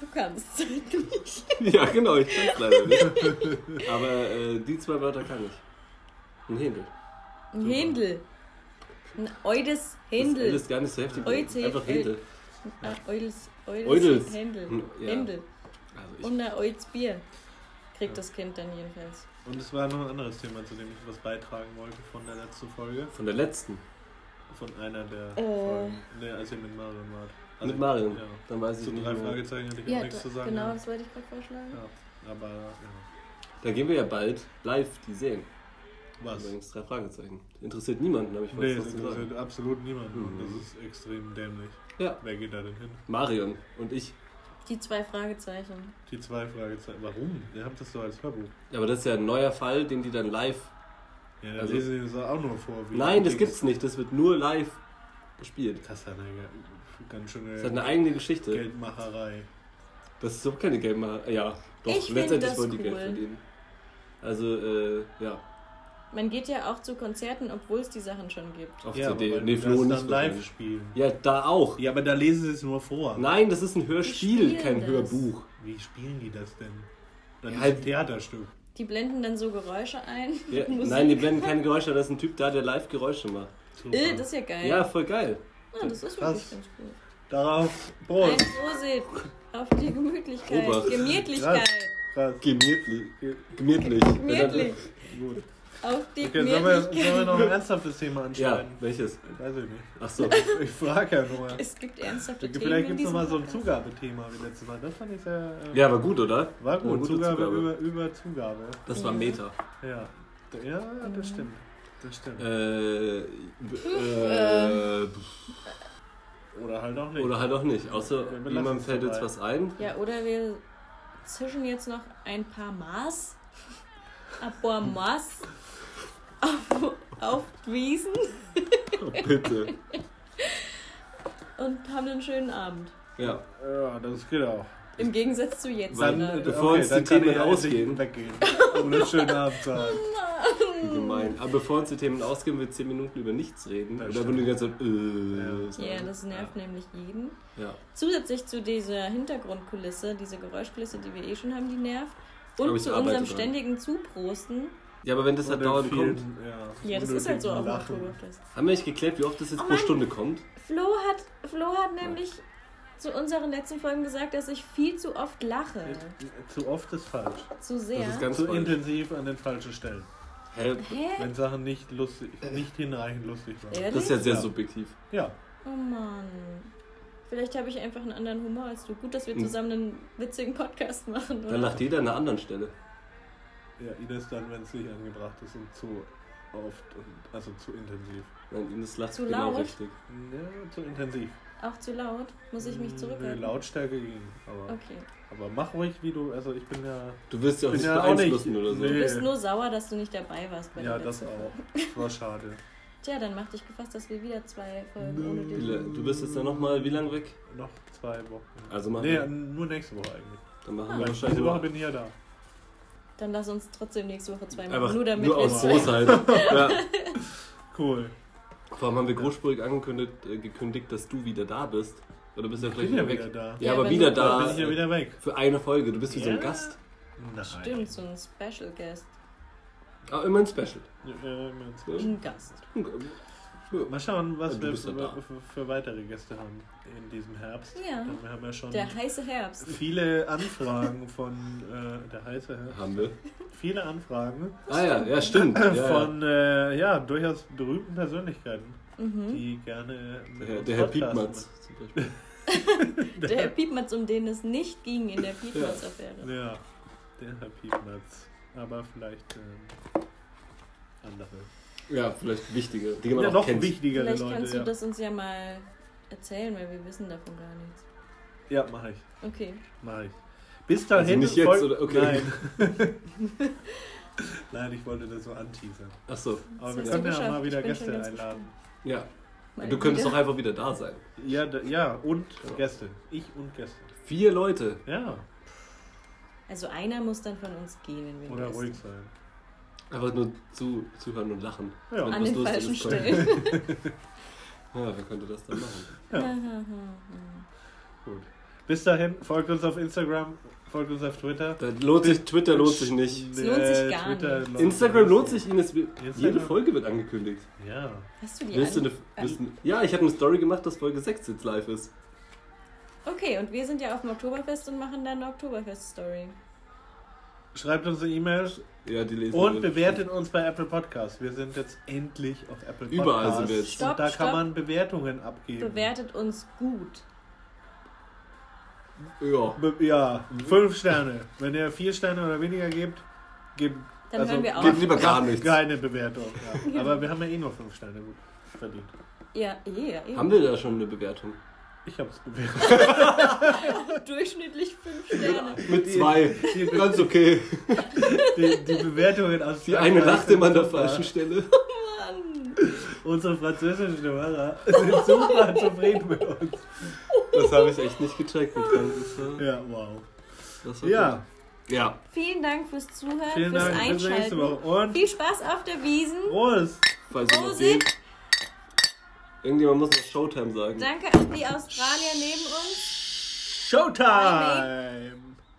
S2: Du kannst.
S3: Ja, genau, ich kann es leider nicht. Aber äh, die zwei Wörter kann ich. Ein Händel.
S2: Ein Händel. Ein Eudes
S3: Das L
S2: Händel.
S3: ist gar nicht so heftig.
S2: Euzähl-
S3: Einfach Händel.
S2: Ah, Eudes, Eudes,
S3: Eudels.
S2: Händel.
S3: Hm, ja.
S2: Händel.
S3: Also
S2: Und ein Eudes Bier kriegt das Kind dann jedenfalls.
S1: Und es war noch ein anderes Thema, zu dem ich was beitragen wollte von der letzten Folge.
S3: ich, von der letzten.
S1: Von einer der
S2: Äh.
S1: Folgen. Ne, als ihr mit Marion wart. Also,
S3: Mit Marion.
S1: Ja.
S3: Dann weiß ich
S1: Zu
S3: nicht
S1: drei
S3: mehr.
S1: Fragezeichen hatte ich auch nichts zu sagen.
S2: genau, das wollte ich gerade vorschlagen.
S1: Ja, aber ja.
S3: Da gehen wir ja bald live die sehen.
S1: Was?
S3: Übrigens drei Fragezeichen. Interessiert niemanden, habe ich
S1: Nee,
S3: was
S1: das
S3: dazu sagen.
S1: interessiert absolut niemanden.
S3: Mhm.
S1: Das ist extrem dämlich.
S3: Ja.
S1: Wer geht da denn hin?
S3: Marion und ich.
S2: Die zwei Fragezeichen.
S1: Die zwei Fragezeichen. Warum? Ihr habt das doch als Hörbuch.
S3: Ja, Aber das ist ja ein neuer Fall, den die dann live.
S1: Ja, dann
S3: Also-
S1: lesen sie das auch nur vor. wie
S3: Nein, das
S1: Dings.
S3: gibt's nicht. Das wird nur live gespielt.
S1: Das ist eine ganz
S3: Das hat
S1: schöne
S3: eine äh, eigene Geschichte.
S1: Geldmacherei.
S3: Das ist überhaupt keine Gamer. Ja, doch,
S2: Ich finde
S3: letztendlich
S2: das
S3: wollen die
S2: cool.
S3: Geld verdienen. Also, äh, ja,
S2: Man geht ja auch zu Konzerten, obwohl es die Sachen schon gibt.
S3: auf
S1: ja, aber
S3: CD.
S1: weil
S3: Nee,
S1: die
S3: Flo
S1: das
S3: nicht.
S1: dann live
S3: verdienen.
S1: spielen.
S3: Ja, da auch.
S1: Ja, aber da lesen sie es nur vor.
S3: Nein, das ist ein Hörspiel,
S2: spielen
S3: kein
S2: das.
S3: Hörbuch.
S1: Wie spielen die das denn? Dann
S3: Ja,
S1: ist
S3: halt-
S1: ein Theaterstück.
S2: Die blenden dann so Geräusche ein.
S3: Ja,
S2: Musik.
S3: nein, die blenden keine Geräusche, da ist ein Typ da, der live Geräusche macht.
S1: So.
S2: Äh, das ist ja geil.
S3: Ja, voll geil.
S2: Ah, das ist
S1: Krass.
S2: wirklich ganz cool.
S1: Darauf,
S2: Ein
S1: Prost.
S2: Prosit auf die Gemütlichkeit.
S3: Oh. Obacht.
S2: Gemütlichkeit.
S1: Krass.
S3: Gemütlich. Gemütlich.
S2: Gemütlich.
S1: Gut.
S2: Auf die
S1: Okay, sollen wir, sollen wir
S2: Gemütlichkeit.
S1: noch ein ernsthaftes Thema
S3: Ja,
S1: anschneiden?
S3: welches?
S1: Weiß ich nicht.
S3: Ach so.
S1: Ich frage ja nur.
S2: Es gibt ernsthafte Themen.
S1: Vielleicht
S2: in
S1: gibt es
S2: diesem
S1: nochmal so ein
S2: Podcast.
S1: Zugabethema wie letztes Mal. Das fand ich sehr. äh,
S3: Ja, war gut, oder?
S1: War
S3: Eine
S1: gut.
S3: gute
S1: Zugabe,
S3: Zugabe.
S1: Über, über Zugabe.
S3: Das war Meta.
S1: Ja. Ja, das stimmt. Das stimmt.
S3: Äh, äh,
S1: Oder halt auch nicht.
S3: oder halt auch nicht. Außer
S1: Wir lassen
S3: jemandem
S1: es
S3: fällt jetzt
S1: dabei.
S3: was ein.
S2: Ja, oder wir zischen jetzt noch ein paar Maß. Ein paar Maß. Auf, auf die Wiesen.
S3: Oh, bitte.
S2: Und haben einen schönen Abend.
S3: Ja.
S1: Ja, das geht auch.
S2: Im Gegensatz zu jetzt. Äh,
S3: Wann- äh,
S2: gerade.
S3: bevor uns die
S1: dann kann
S3: Themen
S1: ich endlich
S3: ausgehen.
S1: Weggehen. Um Und einen schönen Abend zu haben.
S3: Wie
S1: Hm.
S3: gemein. Aber bevor uns die Themen ausgehen, wir zehn Minuten über nichts reden.
S1: Das
S3: Oder
S1: stimmt.
S3: wenn du die ganze Zeit, äh,
S1: Ja.
S3: sagen.
S2: Ja, das nervt nämlich jeden.
S3: Ja.
S2: Zusätzlich zu dieser Hintergrundkulisse, diese Geräuschkulisse, die wir eh schon haben, die nervt.
S3: Aber
S2: Und
S3: ich
S2: zu
S3: arbeite
S2: unserem
S3: dran.
S2: ständigen Zuprosten.
S3: ja, aber wenn das halt
S1: Und den
S3: dauernd kommt.
S1: vielen, Ja,
S2: Ja, das ist halt so auf
S1: unnötigen
S2: dem
S1: Lachen.
S2: Oktoberfest.
S3: Haben wir nicht geklärt, wie oft das jetzt
S2: Oh
S3: pro
S2: Mann.
S3: Stunde kommt?
S2: Flo hat, Flo hat nämlich zu unseren letzten Folgen gesagt, dass ich viel zu oft lache.
S1: Zu oft ist falsch.
S2: Zu
S3: Das
S2: sehr.
S3: ist ganz
S1: Zu
S3: falsch.
S1: intensiv an den falschen Stellen.
S3: Hä?
S2: Hä?
S1: Wenn Sachen nicht lustig, nicht hinreichend lustig waren.
S2: Ehrlich?
S3: Das ist ja sehr
S1: Ja.
S3: subjektiv.
S1: Ja,
S2: oh Mann. Vielleicht habe ich einfach einen anderen Humor als du. Gut, dass wir
S3: Hm.
S2: zusammen einen witzigen Podcast machen.
S3: Dann
S2: Oder?
S3: lacht jeder an einer anderen Stelle.
S1: ja Ines dann, wenn es nicht angebracht ist und zu oft, und, also zu intensiv.
S3: Nein, Ines lacht
S2: Zu
S3: genau
S2: laut?
S3: richtig.
S1: Ja, zu intensiv.
S2: Auch zu laut? Muss ich
S3: Äh,
S2: mich
S1: Hm,
S2: zurückhalten?
S1: Nee, Lautstärke ging. Aber,
S2: Okay.
S1: aber mach ruhig, wie du. Also ich bin ja.
S3: Du wirst ja auch
S1: Bin
S3: nicht
S1: ja auch
S3: beeinflussen
S1: nicht-
S3: oder so.
S2: Du
S1: Nee.
S2: bist nur sauer, dass du nicht dabei warst bei
S1: Äh. Ja,
S2: der
S1: das
S2: letzten
S1: auch.
S2: Folge.
S1: Das war schade.
S2: Tja, dann mach dich gefasst, dass wir wieder zwei Folgen ohne
S3: Wie
S2: dich.
S3: la- Du bist jetzt dann nochmal wie lang weg?
S1: Noch zwei Wochen.
S3: Also machen
S1: Nee,
S3: wir.
S1: nur nächste Woche eigentlich.
S3: Dann machen wir
S1: Weil
S3: wahrscheinlich
S1: diese Woche
S3: nur-
S1: bin ich ja da.
S2: Dann lass uns trotzdem nächste Woche zwei
S3: einfach
S2: machen. Nur damit wir
S3: aus
S2: zwei.
S3: Großheit. ja.
S1: Cool.
S3: Vor allem haben wir großspurig angekündigt, äh, gekündigt, dass du wieder da bist. Oder bist du ja
S1: Ich
S3: vielleicht
S1: bin ja
S3: wieder
S1: wieder
S3: weg?
S1: da.
S3: Ja,
S2: Ja,
S3: aber
S2: aber
S3: wieder
S2: nur-
S1: Da
S3: da.
S1: bin ich ja wieder weg.
S3: Für eine Folge. Du bist wie so ein
S1: Ja.
S3: Gast.
S1: Nein.
S2: Stimmt, so ein Special Guest.
S3: Aber immer ein Ah, Special.
S1: Ja, ja, ja.
S2: Ein Gast.
S1: Mal schauen, was
S3: Du
S1: wir
S3: bist ja da.
S1: für, für, für weitere Gäste haben in diesem Herbst.
S2: Ja.
S1: Denn Wir haben ja schon
S2: Der heiße Herbst.
S1: viele Anfragen von äh, der heiße Herbst.
S3: Haben wir.
S1: Viele Anfragen
S3: Ah ja, ja, stimmt. Ja, ja.
S1: von äh, ja durchaus berühmten Persönlichkeiten,
S2: Mhm.
S1: die gerne mit
S3: Der,
S1: uns
S3: der Herr
S1: podcasten.
S3: Piepmatz zum Beispiel.
S2: Der Herr Piepmatz, um den es nicht ging in der Piepmatz-Affäre.
S1: Ja, der Herr Piepmatz. Aber vielleicht ähm, andere.
S3: Ja, vielleicht wichtige, die man
S1: Ja,
S3: auch
S1: noch
S3: kennt.
S1: wichtigere
S2: Vielleicht
S1: Leute.
S2: kannst du
S1: ja,
S2: das uns ja mal erzählen, weil wir wissen davon gar nichts.
S1: ja mach ich.
S2: Okay.
S1: Mach ich. Bis dahin.
S3: Also nicht jetzt,
S1: folgt-
S3: oder? Okay.
S1: Nein. Nein, ich wollte das so anteasern.
S3: Ach so.
S1: Aber
S2: Das
S1: wir
S2: hast
S1: können
S2: du
S1: ja mal
S2: geschafft.
S1: wieder
S2: Ich bin schon
S1: Gäste
S2: ganz
S1: einladen.
S3: Ja.
S2: Mal
S3: Du könntest
S2: wieder.
S3: doch einfach wieder da sein.
S1: Ja, da, ja, und
S3: Ja.
S1: Gäste. Ich und Gäste.
S3: Vier Leute.
S1: Ja,
S2: Also einer muss dann von uns gehen, wenn wir
S1: oder
S2: das-
S1: ruhig sein.
S3: Einfach nur zu, zuhören und lachen.
S1: Ja.
S3: Wenn
S2: An
S3: was
S2: den
S3: Lustiges
S2: falschen
S3: kommt.
S2: Stellen.
S3: Ja, wer könnte das dann machen?
S1: Ja, gut. Bis dahin, folgt uns auf Instagram, folgt uns auf Twitter.
S3: Da lohnt sich, Twitter lohnt sich nicht.
S2: Es lohnt sich gar nicht.
S1: lohnt
S3: Instagram lohnt
S1: nicht.
S3: sich, Ines. Wir- Jede
S1: Instagram?
S3: Folge wird angekündigt.
S1: Ja.
S2: Hast du die
S3: Willst du eine,
S2: an-
S3: willst du, ja, ich habe eine Story gemacht, dass Folge 6 jetzt live ist.
S2: Okay, und wir sind ja auf dem Oktoberfest und machen dann eine Oktoberfest-Story.
S1: Schreibt uns eine E-Mail
S3: Ja, die lesen
S1: und
S3: wir.
S1: bewertet uns bei Apple Podcasts. Wir sind jetzt endlich auf Apple Podcasts.
S3: Überall sind wir jetzt.
S2: Stopp,
S1: und da
S2: stopp.
S1: kann man Bewertungen abgeben.
S2: Bewertet uns gut.
S3: Ja.
S1: Be ja, fünf Sterne. Wenn ihr vier Sterne oder weniger gebt, Gebt,
S2: Dann hören wir auf.
S1: gebt
S3: Also, Lieber gar
S1: ke-
S3: nichts.
S1: Keine Bewertung. Ja. Aber wir haben ja eh nur 5 Sterne gut verdient.
S2: Ja, eh, ja, ja.
S3: Haben wir da schon eine Bewertung?
S1: Ich hab's bewertet.
S2: Durchschnittlich fünf Sterne.
S3: Mit zwei. Ganz okay.
S1: Die, die Bewertungen aus
S3: Die eine
S1: Frankreich
S3: lacht immer an
S1: sind
S3: der
S1: super.
S3: falschen Stelle.
S2: Mann.
S1: Unsere französischen Hörer sind super zufrieden mit uns.
S3: Das habe ich echt nicht gecheckt mit Frank.
S1: Ja, wow.
S3: Das war
S1: Ja,
S3: gut. ja.
S2: Vielen Dank fürs Zuhören,
S1: vielen
S2: fürs
S1: Dank. Bis nächste Woche.
S2: Einschalten.
S1: Und
S2: Viel Spaß auf der Wiesen.
S1: Prost!
S3: Falls ihr noch
S2: Prosit.
S3: seht. Irgendjemand muss noch Showtime sagen.
S2: Danke an die Australier neben uns.
S1: Showtime!